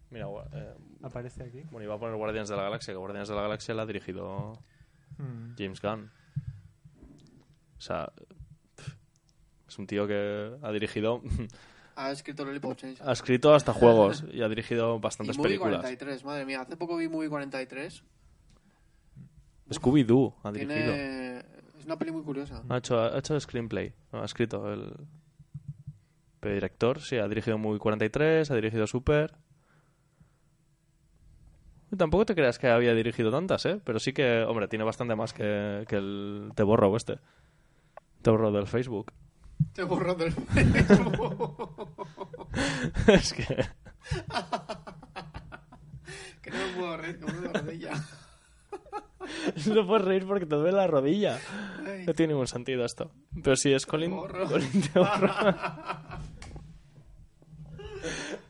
S2: mira, gua- eh,
S3: aparece aquí.
S2: bueno, iba a poner Guardianes de la Galaxia, que Guardianes de la Galaxia la ha dirigido
S3: Mm.
S2: James Gunn. O sea, pf, es un tío que ha dirigido
S4: Ha escrito Lollipop Change.
S2: Ha escrito hasta juegos y ha dirigido
S4: Y
S2: bastantes Ah,
S4: Movie
S2: películas.
S4: 43, madre mía. Hace poco vi Movie 43.
S2: Scooby-Doo ha dirigido.
S4: Tiene... Es una peli muy curiosa.
S2: Ha, hecho, ha hecho el screenplay. No, ha escrito el. Pero director, sí, ha dirigido Movie 43, ha dirigido Super. Y Tampoco te creas que había dirigido tantas, ¿eh? Pero sí que, hombre, tiene bastante más que, que el Te borro este. Te borro del Facebook. <laughs>
S4: Te he borrado el <laughs> Facebook.
S2: es que.
S4: que no me puedo reír, que me duele la rodilla.
S2: <laughs> No puedes reír porque te duele la rodilla.
S4: Ay,
S2: No tiene ningún sentido esto. Pero <laughs> sí, es Colin.
S4: borro.
S2: Colin te borro.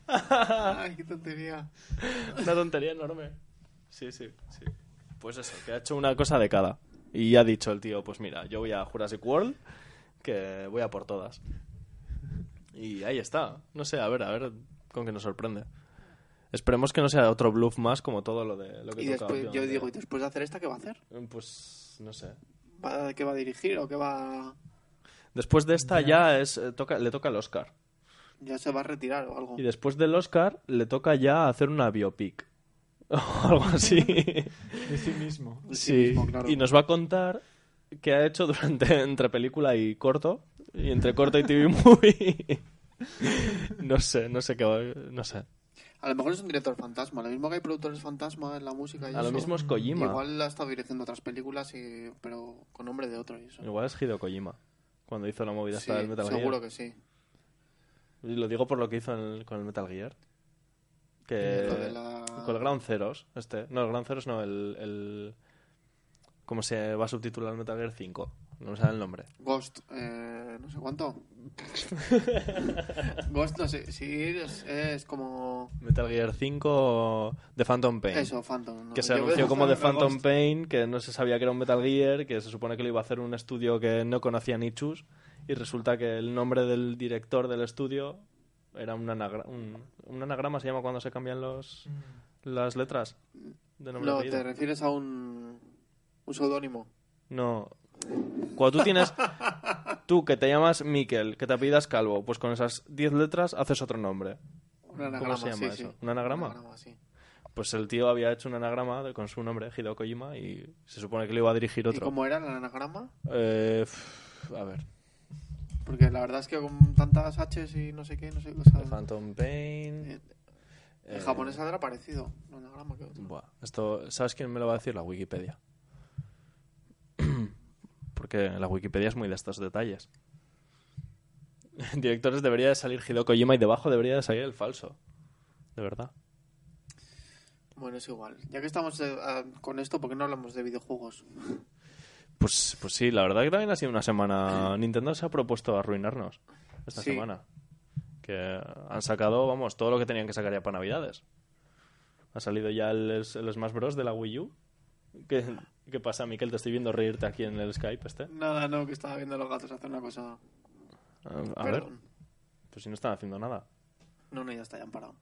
S4: Ay, qué tontería.
S2: Una tontería enorme. Sí, sí, sí. Pues eso, que ha hecho una cosa de cada. Y ha dicho el tío, pues mira, yo voy a Jurassic World, que voy a por todas. Y ahí está. No sé, a ver, a ver con qué nos sorprende. Esperemos que no sea otro bluff más como todo lo de lo que
S4: Y
S2: toca
S4: después, yo
S2: últimamente.
S4: digo, ¿y después de hacer esta qué va a hacer?
S2: Pues no sé.
S4: ¿Va- ¿Qué va a dirigir o qué va...?
S2: Después de esta ya es eh, toca, le toca el Oscar.
S4: Ya se va a retirar o algo.
S2: Y después del Oscar le toca ya hacer una biopic. <laughs> O algo así.
S3: De sí mismo.
S4: <laughs> Sí
S2: Sí,
S4: mismo, claro.
S2: y nos va a contar qué ha hecho durante entre película y corto y entre corto y TV movie. <laughs> no sé, no sé qué, va- no sé.
S4: A lo mejor es un director fantasma. Lo mismo que hay productores fantasma en la música y
S2: A lo
S4: eso.
S2: mismo es Kojima. Igual,
S4: Igual ha estado dirigiendo otras películas, y... pero con nombre de otro y eso.
S2: es Hideo Kojima cuando hizo la movida
S4: Sí,
S2: hasta del Metal
S4: seguro
S2: Gear.
S4: que sí.
S2: Y lo digo por lo que hizo en el- con el Metal Gear. Que
S4: Lo de la-
S2: Eh, con el Ground Zeros, este, no el Ground Zeros no, el, el ¿cómo se va a subtitular Metal Gear 5? No me sale el nombre.
S4: Ghost, eh, no sé cuánto. Ghost, no sé, sí, es, es como...
S2: Metal Gear 5 de Phantom Pain.
S4: Eso, Phantom. ¿no?
S2: que se
S4: Yo-
S2: anunció como The
S1: Ghost.
S2: Phantom Pain, que no se sabía que era un Metal Gear, que se supone que lo iba a hacer un estudio que no conocía ni chus, y resulta que el nombre del director del estudio era un, anagra- un, un anagrama, se llama cuando se cambian los, las letras de nombre
S4: No,
S2: y apellido.
S4: te refieres a un, un seudónimo.
S2: No. Cuando tú tienes. Tú que te llamas Miquel, que te apellidas Calvo, pues con esas 10 letras haces otro nombre.
S4: Un anagrama,
S2: se llama
S4: sí,
S2: eso?
S4: sí.
S2: ¿Un anagrama?
S4: sí.
S2: Pues el tío había hecho un anagrama de- con su nombre, Hideo Kojima, y se supone que le iba a dirigir
S4: ¿Y
S2: otro.
S4: cómo era el anagrama?
S2: Eh, pff, a ver.
S4: Porque la verdad es que con tantas H's y no sé qué, no sé qué cosa.
S2: The Phantom Pain.
S4: Ah. Eh,
S2: eh,
S4: En japonés saldrá parecido. Un anagrama que otro.
S2: Buah, esto, ¿sabes quién me lo va a decir? La Wikipedia. <clears throat> Porque la Wikipedia es muy de estos detalles. <laughs> Directores debería de salir Hideo Kojima y debajo debería de salir el falso. De verdad.
S4: Bueno, es igual. Ya que estamos eh, ah, con esto, ¿por qué no hablamos de videojuegos?
S2: Pues, pues sí, la verdad que también ha sido una semana. Nintendo se ha propuesto arruinarnos esta
S4: Sí.
S2: semana. Que han sacado, vamos, todo lo que tenían que sacar ya para Navidades. Ha salido ya el, el Smash Bros. de la Wii U. ¿Qué, qué pasa, Miquel? Te estoy viendo reírte aquí en el Skype este.
S4: Nada, no, que estaba viendo a los gatos hacer una cosa.
S2: Ah, A ver,
S4: Perdón.
S2: pues si no están haciendo nada. <clears throat>
S4: No, no, ya está, ya han parado.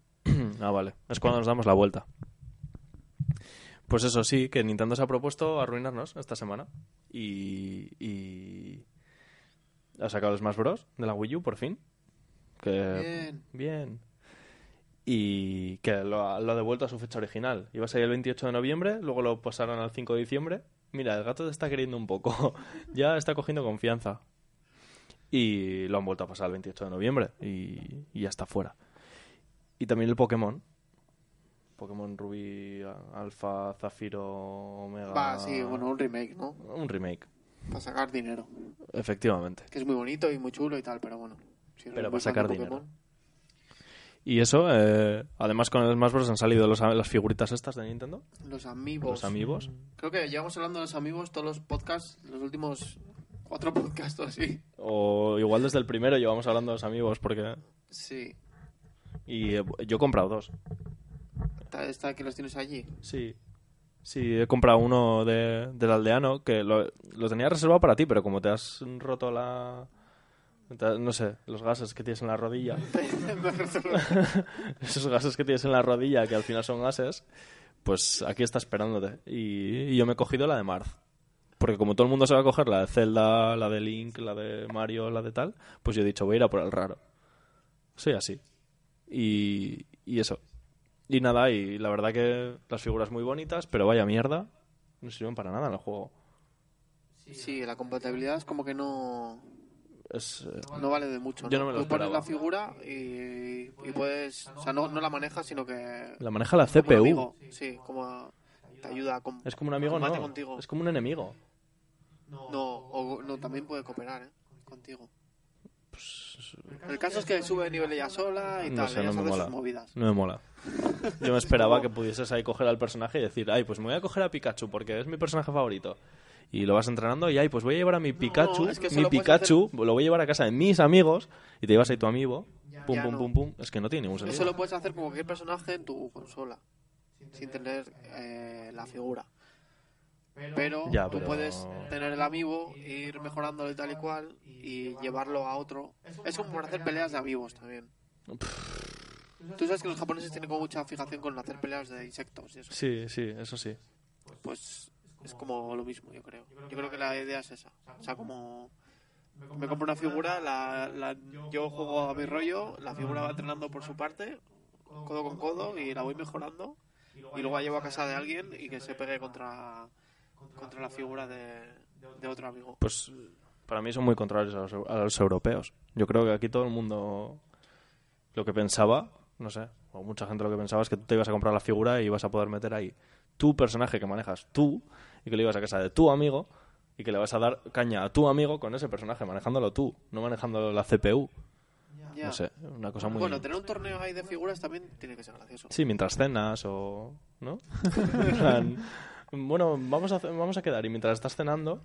S2: ah, vale. Es cuando nos damos la vuelta. Pues eso sí, que Nintendo se ha propuesto arruinarnos esta semana. Y. y... Ha sacado el Smash Bros. de la Wii U, por fin. Que.
S4: Bien.
S2: Bien. Y que lo ha, lo ha devuelto a su fecha original. Iba a salir el 28 de noviembre, luego lo pasaron al 5 de diciembre. Mira, el gato te está queriendo un poco. <laughs> ya está cogiendo confianza. Y lo han vuelto a pasar el 28 de noviembre. Y, y ya está fuera. Y también el Pokémon. Pokémon Rubí, a- Alfa, Zafiro, Omega.
S4: Va, sí, bueno, un remake, ¿no?
S2: Un remake,
S4: Para sacar dinero.
S2: efectivamente.
S4: Que es muy bonito y muy chulo y tal, pero bueno. Si
S2: Pero
S4: eres
S2: para
S4: muy fan de
S2: sacar
S4: Pokémon,
S2: dinero. Y eso, eh, además con el Smash Bros. han salido los- las figuritas estas de Nintendo.
S4: Los amigos.
S2: Los amigos.
S4: Creo que llevamos hablando de los amigos todos los podcasts, los últimos cuatro <laughs> podcasts o así.
S2: O igual desde el primero llevamos hablando de los amigos, porque.
S4: Sí.
S2: Y eh, yo he comprado dos.
S4: Está, está que los tienes
S2: <laughs>
S4: allí.
S2: Sí. Sí, he comprado uno de, del aldeano, que lo, lo tenía reservado para ti, pero como te has roto la. te has- no sé, los gases que tienes en la rodilla. <laughs> esos gases que tienes en la rodilla, que al final son gases, pues aquí está esperándote. Y, y yo me he cogido la de Marth. Porque como todo el mundo se va a coger la de Zelda, la de Link, la de Mario, la de tal, pues yo he dicho, voy a ir a por el raro. Soy así. Y, y eso. Y nada, y la verdad que las figuras muy bonitas, pero vaya mierda, no sirven para nada en el juego.
S4: Sí, la compatibilidad es como que no,
S2: Es, eh,
S4: no vale de mucho.
S2: Yo no me lo
S4: Tú pones
S2: esperaba.
S4: la figura y, y puedes. O sea, no, no la manejas, sino que.
S2: la maneja la
S4: como un
S2: CPU.
S4: amigo. Sí, como. a- te ayuda a. com-
S2: Es como un amigo,
S4: combate
S2: no.
S4: contigo.
S2: Es como un enemigo.
S4: No, o, no, también puede cooperar, ¿eh? Contigo. El caso es que sube de nivel ella sola y
S2: Pues, No
S4: tal,
S2: sé,
S4: ella
S2: no
S4: se
S2: me
S4: hace
S2: mola.
S4: sus movidas.
S2: No me mola. Yo me esperaba que pudieses ahí coger al personaje y decir, ay, pues me voy a coger a Pikachu porque es mi personaje favorito. Y lo vas entrenando y, ay, pues voy a llevar a mi Pikachu,
S4: es que eso
S2: mi
S4: lo puedes
S2: Pikachu, lo voy a llevar a casa de mis amigos y te llevas ahí tu amigo pum,
S4: ya
S2: pum,
S4: no.
S2: pum, pum. Es que no tiene ningún sentido.
S4: Eso lo puedes hacer con cualquier personaje en tu consola, sin tener eh, la figura. Pero,
S2: Ya,
S4: tú
S2: pero-
S4: puedes tener el amiibo, ir mejorándolo y tal y cual, y llevarlo a otro. Es como para hacer peleas de amigos también. Tú sabes que los japoneses tienen como mucha fijación con hacer peleas de insectos y eso.
S2: Sí, sí, eso sí.
S4: Pues es como lo mismo, yo creo. Yo creo que la idea es esa. O sea, como me compro una figura, la, la- yo juego a mi rollo, la figura va entrenando por su parte, codo con codo, y la voy mejorando. Y luego la llevo a casa de alguien y que se pegue contra, contra la figura de, de otro amigo.
S2: Pues para mí son muy contrarios a los, eu- a los europeos. Yo creo que aquí todo el mundo lo que pensaba, no sé, o mucha gente lo que pensaba es que tú te ibas a comprar la figura y ibas a poder meter ahí tu personaje que manejas tú y que lo ibas a casa de tu amigo y que le vas a dar caña a tu amigo con ese personaje, manejándolo tú, no manejando la CPU.
S4: Ya.
S2: No sé, una cosa muy...
S4: Bueno, tener un torneo ahí de figuras también tiene que ser gracioso.
S2: Sí, mientras cenas o... ¿No? En plan, bueno, vamos a, hacer- vamos a quedar y mientras estás cenando,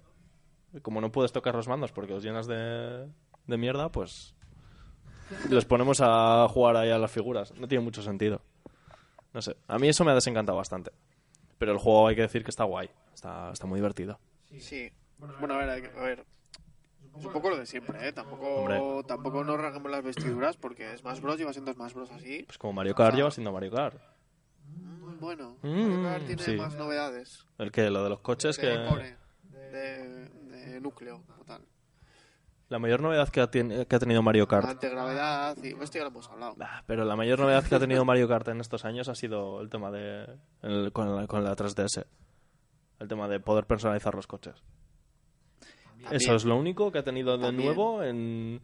S2: como no puedes tocar los mandos porque los llenas de, de mierda, pues los ponemos a jugar ahí a las figuras. No tiene mucho sentido. No sé, a mí eso me ha desencantado bastante. Pero el juego hay que decir que está guay, está, está muy divertido.
S4: Sí. Bueno, a ver, hay que- a ver. Es un poco lo de siempre, ¿eh? Tampoco,
S2: Hombre.
S4: tampoco nos rasguemos las vestiduras porque es más bros, lleva siendo más bros así.
S2: Pues como Mario Kart lleva siendo Mario Kart.
S4: Mm, Bueno,
S2: Mm,
S4: Mario Kart tiene
S2: sí.
S4: más novedades.
S2: El que lo de los coches
S4: de
S2: que...
S4: core, de, de núcleo, como tal.
S2: La mayor novedad que ha, tien- que ha tenido Mario Kart
S4: Antigravedad y esto ya lo hemos hablado.
S2: Ah, Pero la mayor novedad que ha tenido Mario Kart en estos años ha sido el tema de. el- con, la, con la 3DS. El tema de poder personalizar los coches.
S4: También.
S2: Eso es lo único que ha tenido de
S4: También.
S2: nuevo en.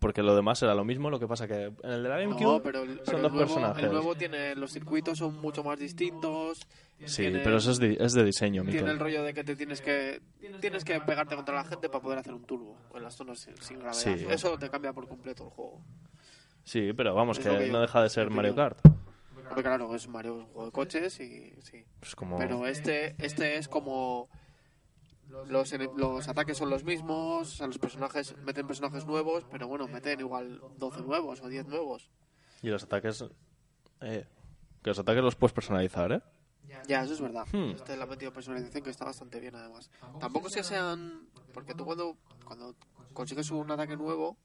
S2: Porque lo demás era lo mismo, lo que pasa que en el de la GameCube
S4: No, pero, el- pero
S2: son
S4: el
S2: dos
S4: nuevo-
S2: personajes.
S4: El nuevo tiene los circuitos son mucho más distintos.
S2: sí,
S4: tiene-
S2: pero eso es de, es de diseño, Mikel.
S4: Tiene el rollo de que te tienes que tienes que pegarte contra la gente para poder hacer un turbo en las zonas sin, sin gravedad.
S2: Sí.
S4: Eso te cambia por completo el juego.
S2: Sí, pero vamos,
S4: Es
S2: que
S4: lo que yo-
S2: no deja de ser
S4: yo
S2: Mario
S4: opino.
S2: Kart.
S4: Porque claro, es Mario es un juego de coches y sí.
S2: Es Pues como.
S4: Pero este este es como los, ene- los ataques son los mismos, o sea, los personajes meten personajes nuevos, pero bueno, meten igual 12 nuevos o 10 nuevos.
S2: Y los ataques. eh, que los ataques los puedes personalizar, ¿eh?
S4: Ya, eso es verdad.
S2: Hmm.
S4: Este le ha metido personalización que está bastante bien además. Tampoco es que sean porque tú cuando cuando consigues un ataque nuevo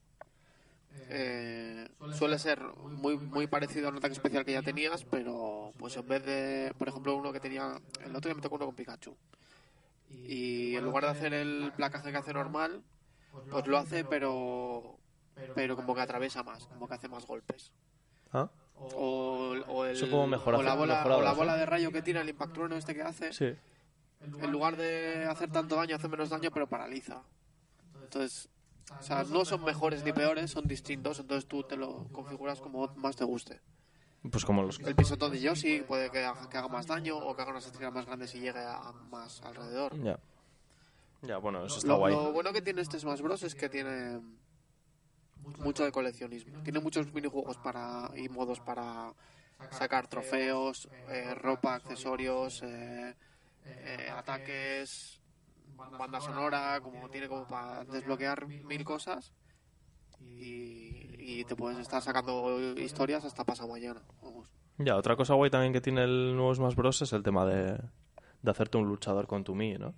S4: eh, suele ser muy muy parecido a un ataque especial que ya tenías, pero pues en vez de, por ejemplo, uno que tenía el otro día me tocó uno con Pikachu. Y en lugar de hacer el placaje que hace normal, pues lo hace pero pero como que atraviesa más, como que hace más golpes.
S2: ¿Ah?
S4: O, o el-
S2: Son como mejora-
S4: o la bola, o la
S2: mejoradas,
S4: bola
S2: ¿no?
S4: de rayo que tira el impact trueno este que hace
S2: Sí.
S4: en lugar de hacer tanto daño, hace menos daño, pero paraliza. Entonces, o sea, no son mejores ni peores, son distintos, entonces tú te lo configuras como más te guste.
S2: Pues como los.
S4: El pisotón de Yoshi puede que haga, que haga más daño o que haga unas estrellas más grandes y llegue a más alrededor.
S2: Ya. Ya, bueno, eso Pues está
S4: Lo,
S2: guay.
S4: lo bueno que tiene este Smash Bros. es que tiene mucho de coleccionismo. Tiene muchos minijuegos para, y modos para sacar trofeos, eh, ropa, accesorios, eh, eh, ataques, banda sonora, como tiene como para desbloquear mil cosas. Y, y te puedes estar sacando historias hasta pasado mañana. vamos.
S2: Ya, otra cosa guay también que tiene el nuevo Smash Bros. es el tema de, de hacerte un luchador con tu Mi, ¿no?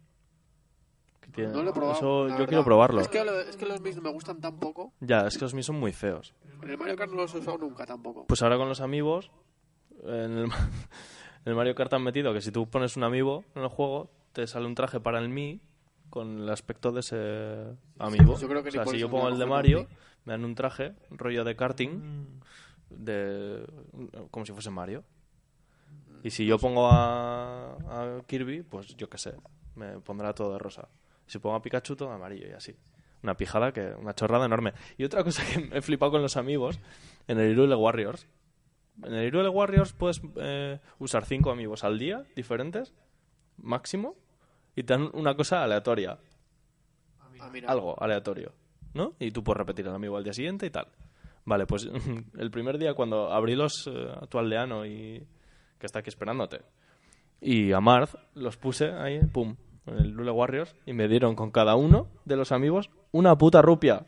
S2: Que tiene-
S4: No lo he probado.
S2: Eso
S4: la
S2: yo
S4: verdad.
S2: quiero probarlo.
S4: Es que, lo- es que los mismos me gustan tan poco.
S2: Ya, es que los Mi son muy feos.
S4: En el Mario Kart no los he usado nunca tampoco.
S2: Pues ahora con los amigos, en el, ma- <laughs> en el Mario Kart han metido que si tú pones un amigo en el juego, te sale un traje para el Mi con el aspecto de ese amigo.
S4: Yo creo que
S2: o sea,
S4: ni por
S2: si yo
S4: eso me
S2: pongo el de
S4: cojo el
S2: Mario,
S4: Mi.
S2: me dan un traje, rollo de karting,
S3: Mm,
S2: de como si fuese Mario. Y si yo pongo a, a Kirby, pues yo qué sé, me pondrá todo de rosa. Si pongo a Pikachu, todo de amarillo y así. Una pijada que una chorrada enorme. Y otra cosa que me he flipado con los amigos en el Hyrule Warriors. En el Hyrule Warriors puedes eh, usar cinco amigos al día diferentes máximo y te dan una cosa aleatoria
S4: Ah, mira.
S2: algo aleatorio, ¿no? Y tú puedes repetir el amigo al día siguiente y tal. Vale, pues <laughs> el primer día cuando abrí los eh, a tu aldeano y que está aquí esperándote y a Marth los puse ahí, pum, en el Lule Warriors y me dieron con cada uno de los amigos una puta rupia.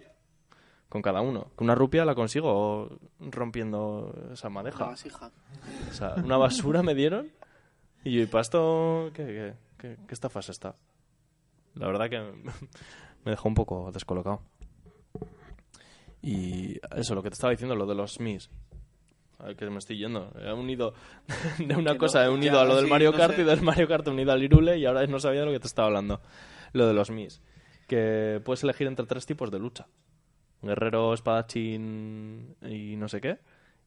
S2: con cada uno. Que una rupia la consigo rompiendo esa
S4: La
S2: madeja.
S4: vasija.
S2: O sea, una basura me dieron y yo, ¿y pasto? ¿Qué, qué, qué, qué estafa es esta? La verdad que <laughs> me dejó un poco descolocado. Y eso, lo que te estaba diciendo, lo de los mis. A ver, que me estoy yendo. He unido <laughs> de una
S4: Que no,
S2: cosa, he unido
S4: ya,
S2: a lo del
S4: sí,
S2: Mario
S4: no
S2: Kart
S4: sé.
S2: y del Mario Kart he unido al Irule y ahora no sabía de lo que te estaba hablando. Lo de los mis. Que puedes elegir entre tres tipos de lucha. Guerrero, espadachín y no sé qué.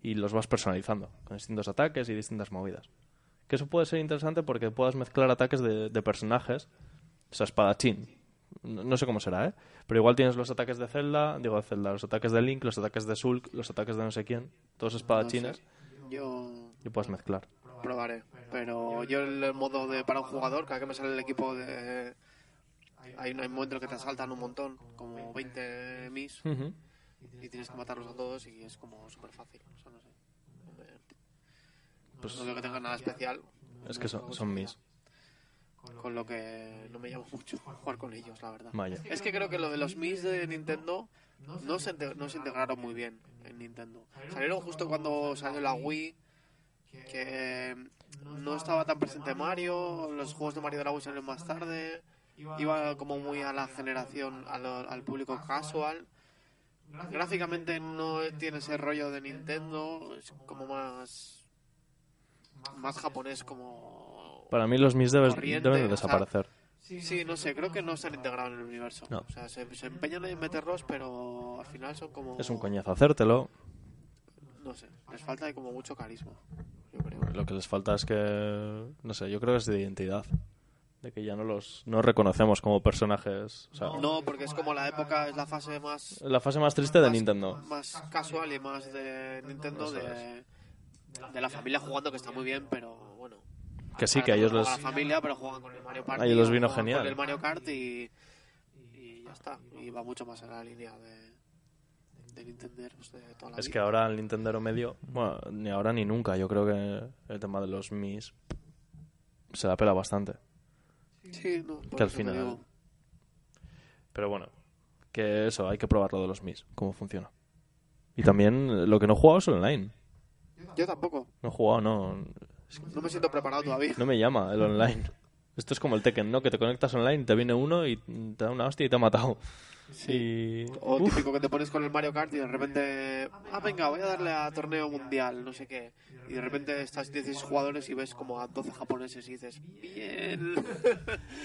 S2: Y los vas personalizando con distintos ataques y distintas movidas. Que eso puede ser interesante porque puedas mezclar ataques de, de personajes. O sea, espadachín. No, no sé cómo será, ¿eh? Pero igual tienes los ataques de Zelda, digo de Zelda, los ataques de Link, los ataques de Sulk, los ataques de no sé quién. Todos espadachines.
S4: Yo
S2: Y puedes mezclar.
S4: probaré. Pero yo el modo de para un jugador, cada que me sale el equipo de... Hay un momento en el que te asaltan un montón, como 20 mis,
S2: Ujú.
S4: y tienes que matarlos a todos y es como súper fácil. O sea, no sé. No me-
S2: Pues-
S4: no veo que tenga nada especial.
S2: Es que son, son mis.
S4: Con lo que no me llama mucho jugar con ellos, la verdad.
S2: Maya.
S4: Es que creo que lo de los Mis de Nintendo no se, inte- no se integraron muy bien en Nintendo. Salieron justo cuando salió la Wii, que no estaba tan presente Mario, los juegos de Mario de la Wii salieron más tarde, iba como muy a la generación, a lo- al público casual. Gráficamente no tiene ese rollo de Nintendo, es como más, más japonés, como...
S2: Para mí los mis debes-
S4: Corriente,
S2: deben de
S4: o sea,
S2: desaparecer.
S4: Sí, no sé, creo que no se han integrado en el universo.
S2: No.
S4: O sea, se, se empeñan en meterlos, pero al final son como...
S2: Es un coñazo hacértelo.
S4: No sé, les falta de como mucho carisma, yo creo.
S2: Lo que les falta es que, no sé, yo creo que es de identidad. De que ya no los no reconocemos como personajes. O sea,
S4: No, porque es como la época, es la fase más...
S2: la fase más triste este de
S4: más-
S2: Nintendo.
S4: Más casual y más de Nintendo,
S2: Eso
S4: de, de la familia jugando, que está muy bien, pero bueno.
S2: Que sí, que a
S4: Ahora
S2: ellos
S4: juegan
S2: les...
S4: con la familia, pero juegan con el Mario Party.
S2: A ellos les
S4: o
S2: vino
S4: juegan
S2: genial.
S4: Con el Mario Kart y, y ya está. Y va mucho más en la línea de, de Nintendo, de toda la
S2: Es que
S4: vida.
S2: ahora el Nintendero medio... Bueno, ni ahora ni nunca. Yo creo que el tema de los mis se la pela bastante.
S4: Sí, no, por
S2: que al
S4: eso te
S2: final-
S4: digo.
S2: Pero bueno, que eso, hay que probar lo de los mis, cómo funciona. Y también eh, lo que no he jugado es online.
S4: Yo tampoco.
S2: No he jugado, no... es que
S4: No me siento preparado todavía.
S2: No me llama el online. Esto es como el Tekken, ¿no? Que te conectas online, te viene uno y te da una hostia y te ha matado. Sí.
S4: O típico que te pones con el Mario Kart y de repente. Ah, venga, voy a darle a torneo mundial, no sé qué. Y de repente estás 16 jugadores y ves como a 12 japoneses y dices, bien. <laughs>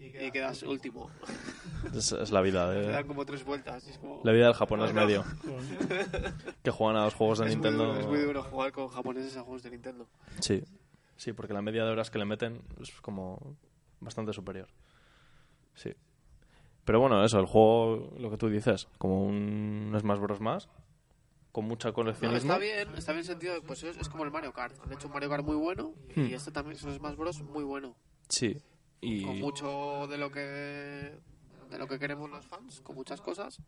S4: y quedas último.
S2: Es, es la vida eh.
S4: Te
S2: de,
S4: dan como tres vueltas. y es como-
S2: Eh. la vida del japonés
S4: Bueno.
S2: medio. Que juegan a los juegos de
S4: Es muy,
S2: Nintendo.
S4: duro, es muy duro jugar con japoneses a juegos de Nintendo.
S2: Sí. Sí, porque la media de horas que le meten es como bastante superior. Sí. Pero bueno, eso, el juego, lo que tú dices, como un Smash Bros. más, con mucha
S4: No,
S2: coleccionismo.
S4: está bien, está bien sentido. de- Pues es, es como el Mario Kart. Han hecho un Mario Kart muy bueno
S2: Hmm.
S4: y este también es un Smash Bros. muy bueno.
S2: Sí. Y
S4: con mucho de lo que de lo que queremos los fans con muchas cosas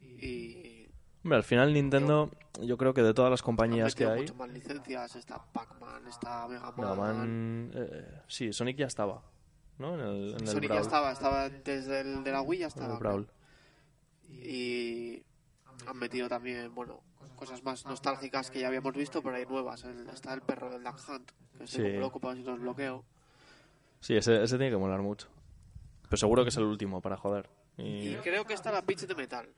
S4: y
S2: hombre, al final Nintendo, yo creo que de todas las
S4: han
S2: compañías que
S4: metido
S2: hay,
S4: mucho más licencias está Pac-Man está Mega Man,
S2: Mega Man, eh, sí, Sonic ya estaba, ¿no? En el, en el
S4: Sonic ya
S2: Brawl.
S4: estaba estaba desde el de la Wii ya
S2: en el
S4: estaba
S2: Brawl.
S4: y han metido también bueno cosas más nostálgicas que ya habíamos visto pero hay nuevas El- está el perro del Duck Hunt que estoy
S2: Sí.
S4: como loco para ver si los bloqueo
S2: Sí, ese, ese tiene que molar mucho. Pero seguro que es el último para joder. Y
S4: y creo que está la Peach de metal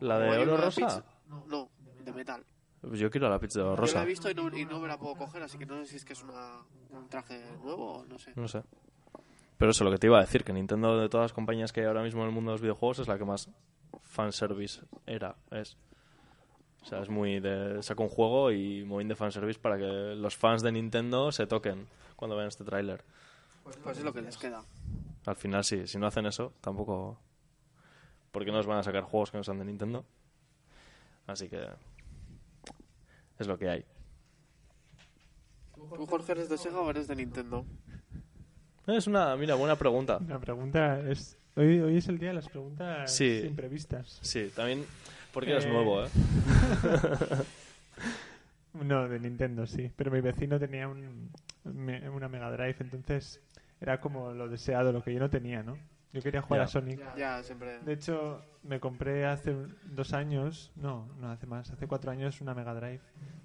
S2: la
S4: ¿O
S2: de
S4: hay
S2: oro
S4: una
S2: rosa.
S4: Peach? no de metal
S2: Pues yo quiero la pizza de oro
S4: Yo la
S2: rosa.
S4: he visto y no, y no me la puedo coger, así que no sé si es que es una- un traje nuevo o no sé.
S2: No sé. Pero eso, lo que te iba a decir, que Nintendo de todas las compañías que hay ahora mismo en el mundo de los videojuegos es la que más fanservice era, es. O sea, es muy de... Saca un juego y muy bien de fanservice para que los fans de Nintendo se toquen cuando vean este tráiler.
S4: Pues es lo que les queda.
S2: Al final sí, si no hacen eso, tampoco... Porque no nos van a sacar juegos que no sean de Nintendo. Así que... Es lo que hay.
S4: ¿Tú, Jorge, eres de Sega o eres de Nintendo?
S2: Es una, mira, buena pregunta.
S3: Una pregunta es... Hoy, hoy es el día de las preguntas
S2: Sí.
S3: imprevistas.
S2: Sí, también porque eres
S3: Eh.
S2: nuevo, ¿eh?
S3: No, de Nintendo sí, pero mi vecino tenía un, me- una Mega Drive, entonces era como lo deseado, lo que yo no tenía, ¿no? Yo quería jugar
S2: Ya.
S3: a Sonic.
S4: Ya, siempre.
S3: De hecho, me compré hace un- dos años, no, no hace más, hace cuatro años una Mega Drive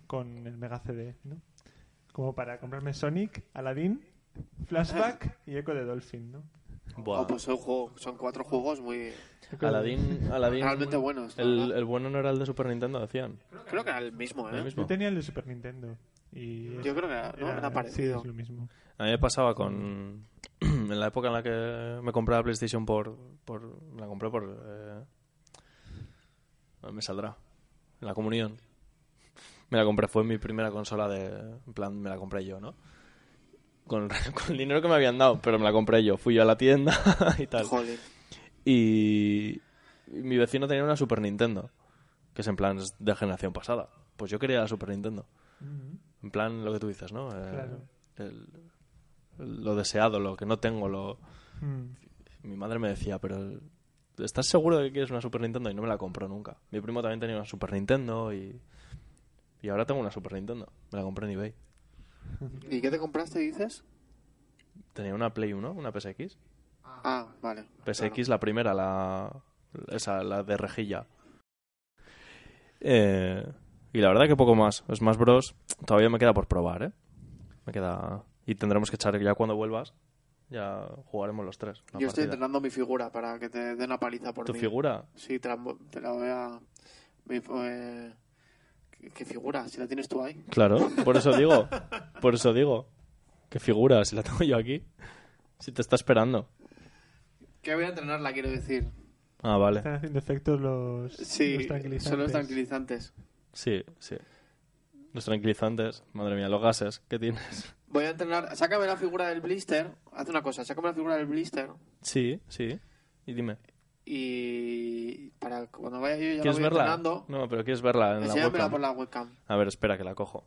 S3: con el Mega CD, ¿no? Como para comprarme Sonic, Aladdin,
S2: <laughs>
S3: Flashback y Echo de Dolphin, ¿no?
S2: Buah.
S4: Oh, pues son, juego- son cuatro juegos muy.
S3: Echo de
S2: Aladdin, Aladdin-
S4: Realmente buenos, la
S2: El,
S4: verdad.
S2: el bueno no era el de Super Nintendo, decían.
S4: Creo que era el mismo, ¿eh?
S2: El mismo.
S3: Yo tenía el de Super Nintendo. Y
S4: Yo creo que era, ¿no? Era parecido.
S3: Sí, es lo mismo.
S2: A mí me pasaba con. <clears throat> en la época en la que me compré la PlayStation por. por me la compré por. eh, no me saldrá. En la comunión. Me la compré, fue mi primera consola de. En plan, me la compré yo, ¿no? Con, <laughs> con el dinero que me habían dado, pero me la compré yo. Fui yo a la tienda <laughs> y tal.
S4: Joder.
S2: Y. y mi vecino tenía una Super Nintendo. Que es en plan es de generación pasada. Pues yo quería la Super Nintendo.
S3: Ujú.
S2: En plan, lo que tú dices, ¿no? Eh,
S3: Claro.
S2: el- el- lo deseado, lo que no tengo, lo...
S3: Mm.
S2: Mi madre me decía, pero... ¿Estás seguro de que quieres una Super Nintendo? Y no me la compró nunca. Mi primo también tenía una Super Nintendo y... Y ahora tengo una Super Nintendo. Me la compré en eBay.
S4: ¿Y qué te compraste, dices?
S2: Tenía una Play 1, una PSX.
S4: Ah, vale.
S2: PSX, la primera, la... Esa, la de rejilla. Eh, y la verdad que poco más. Es más Bros. Todavía me queda por probar, ¿eh? Me queda... Y tendremos que echar ya cuando vuelvas. Ya jugaremos los tres. una
S4: Yo estoy
S2: partida.
S4: entrenando mi figura para que te den una paliza por
S2: ¿Tu
S4: mí.
S2: figura?
S4: Sí, te la, te la voy a... mi- eh, ¿qué, qué figura? Si la tienes tú ahí.
S2: Claro, por eso digo. Por eso digo. ¿Qué figura? Si la tengo yo aquí. Si te está esperando.
S4: Que voy a entrenarla, quiero decir.
S2: Ah, vale.
S3: Están haciendo efectos los,
S4: Sí,
S3: los tranquilizantes.
S4: son los tranquilizantes.
S2: Sí, sí. Los tranquilizantes. Madre mía, los gases. ¿Qué tienes? <laughs>
S4: Voy a entrenar... Sácame la figura del blister. Haz una cosa, sácame la figura del blister
S2: Sí, sí. Y dime.
S4: y para cuando vaya yo ya la
S2: ¿Quieres
S4: voy
S2: verla?
S4: entrenando.
S2: No, pero ¿quieres verla en la
S4: Enséñamela
S2: webcam?
S4: por la webcam.
S2: A ver, espera, que la cojo.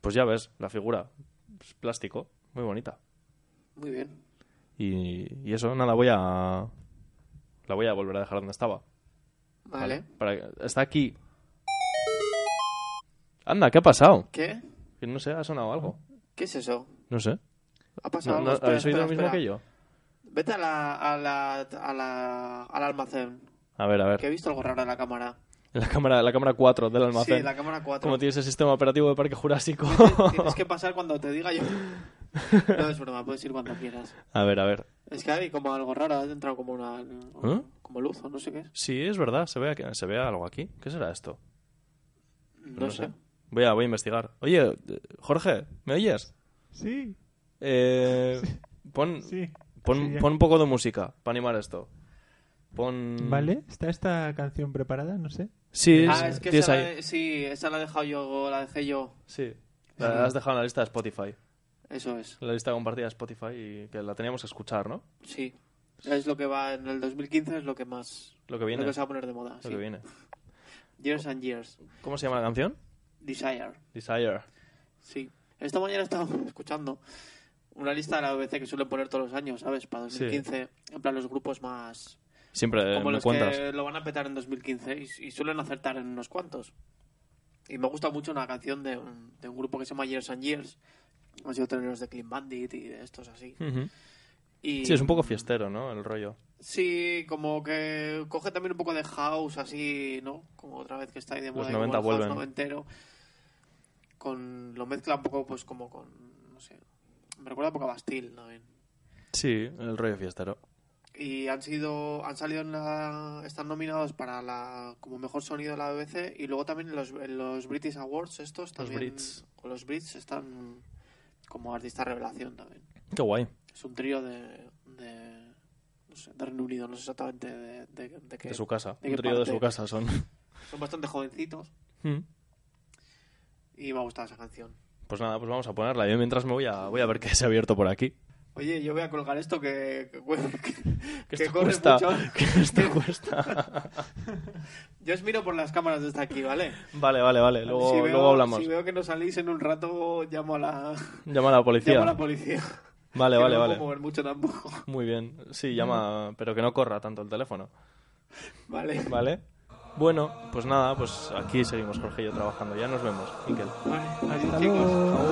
S2: Pues ya ves, la figura. Es plástico. Muy bonita.
S4: Muy bien.
S2: Y, y eso, nada, voy a... La voy a volver a dejar donde estaba.
S4: Vale.
S2: Para que- Está aquí. Anda, ¿qué ha pasado?
S4: ¿Qué?
S2: Que no sé, ha sonado algo.
S4: ¿Qué es eso?
S2: No sé.
S4: ¿Ha pasado
S2: No-
S4: algo?
S2: no-
S4: Espera,
S2: ¿Habéis oído
S4: espera,
S2: lo mismo
S4: espera.
S2: que yo?
S4: Vete a la, a la, a la, al almacén.
S2: A ver, a
S4: Que he
S2: ver.
S4: visto algo raro en la cámara.
S2: La cámara, la cámara 4 del almacén.
S4: Sí, la cámara 4.
S2: Como tiene ese sistema operativo de Parque
S4: <laughs>
S2: Jurásico.
S4: Tienes que pasar cuando te diga yo. No es broma, puedes ir cuando quieras.
S2: <laughs> a ver, a ver.
S4: Es que hay como algo raro, ha entrado como una.
S2: ¿Eh?
S4: como luz o no sé qué es.
S2: Sí, es verdad, se ve, aquí- se ve algo aquí. ¿Qué será esto?
S4: No, sé.
S2: Voy a, voy a investigar. Oye, eh, Jorge, ¿me oyes?
S3: Sí,
S2: <laughs> Eh, pon,
S3: sí.
S2: pon,
S3: Sí, ya.
S2: pon un poco de música para animar esto. Pon...
S3: Vale, ¿está esta canción preparada? No sé.
S2: Sí,
S4: Ah, es que
S2: tienes
S4: esa, la
S2: ahí.
S4: de- sí, esa la he dejado yo, la dejé yo.
S2: Sí. La has dejado en la lista de Spotify.
S4: Eso es.
S2: La lista compartida de Spotify y que la teníamos que escuchar, ¿no?
S4: Sí. Es lo que va en el 2015, es lo que más.
S2: Lo que viene.
S4: Lo que se va a poner de moda.
S2: Lo
S4: sí.
S2: que viene.
S4: Years and Years.
S2: ¿Cómo se llama la canción?
S4: Desire.
S2: Desire.
S4: Sí. Esta mañana estaba <laughs> escuchando una lista de la BBC que suelen poner todos los años, ¿sabes? Para
S2: Sí.
S4: 2015, en plan los grupos más...
S2: Siempre
S4: como
S2: Eh, me
S4: los
S2: cuentas.
S4: que lo van a petar en 2015 y, y suelen acertar en unos cuantos. Y me gusta mucho una canción de un, de un grupo que se llama Years and Years. Han sido treneros de Clean Bandit y de estos así.
S2: Ujú.
S4: Y,
S2: Sí, es un poco fiestero, ¿no? El rollo.
S4: Sí, como que coge también un poco de house, así, ¿no? Como otra vez que está ahí de
S2: Los
S4: moda. como
S2: 90
S4: el house
S2: vuelven.
S4: noventero. Con, lo mezcla un poco, pues, como con. No sé. Me recuerda un poco a Bastille también.
S2: Sí, el rollo fiestero.
S4: Y han sido. Han salido en la. Están nominados para la. Como mejor sonido de la BBC. Y luego también en los, en los British Awards, estos también.
S2: Brits.
S4: o los Brits están. Como artista revelación también.
S2: Qué guay.
S4: Es un trío de. de no sé, de Reino Unido, no sé exactamente de, de, de qué
S2: De su casa.
S4: ¿De
S2: un
S4: qué
S2: trío de
S4: parte?
S2: su casa son.
S4: Son bastante jovencitos
S2: Mm.
S4: y me ha gustado esa canción.
S2: pues nada, pues vamos a ponerla. Yo mientras me voy a, voy a ver qué se ha abierto por aquí.
S4: Oye, yo voy a colgar esto que, que,
S2: Que
S4: que,
S2: esto
S4: corre
S2: cuesta.
S4: mucho.
S2: <laughs> Que esto
S4: <laughs>
S2: cuesta.
S4: Yo os miro por las cámaras desde aquí, ¿vale?
S2: vale, vale, vale. Luego,
S4: Si veo-
S2: luego hablamos.
S4: Si veo que no salís en un rato, llamo a la,
S2: Llama a la policía.
S4: llamo a la policía.
S2: Vale,
S4: Que
S2: vale,
S4: no me
S2: vale.
S4: puedo mover Mm. mucho tampoco. <laughs>
S2: Muy bien. Sí, llama, pero que no corra tanto el teléfono.
S4: Vale.
S2: ¿Vale? Bueno, pues nada, pues aquí seguimos Jorge y yo trabajando. Ya nos vemos, Miquel.
S4: Vale, adiós, chicos.
S3: luego.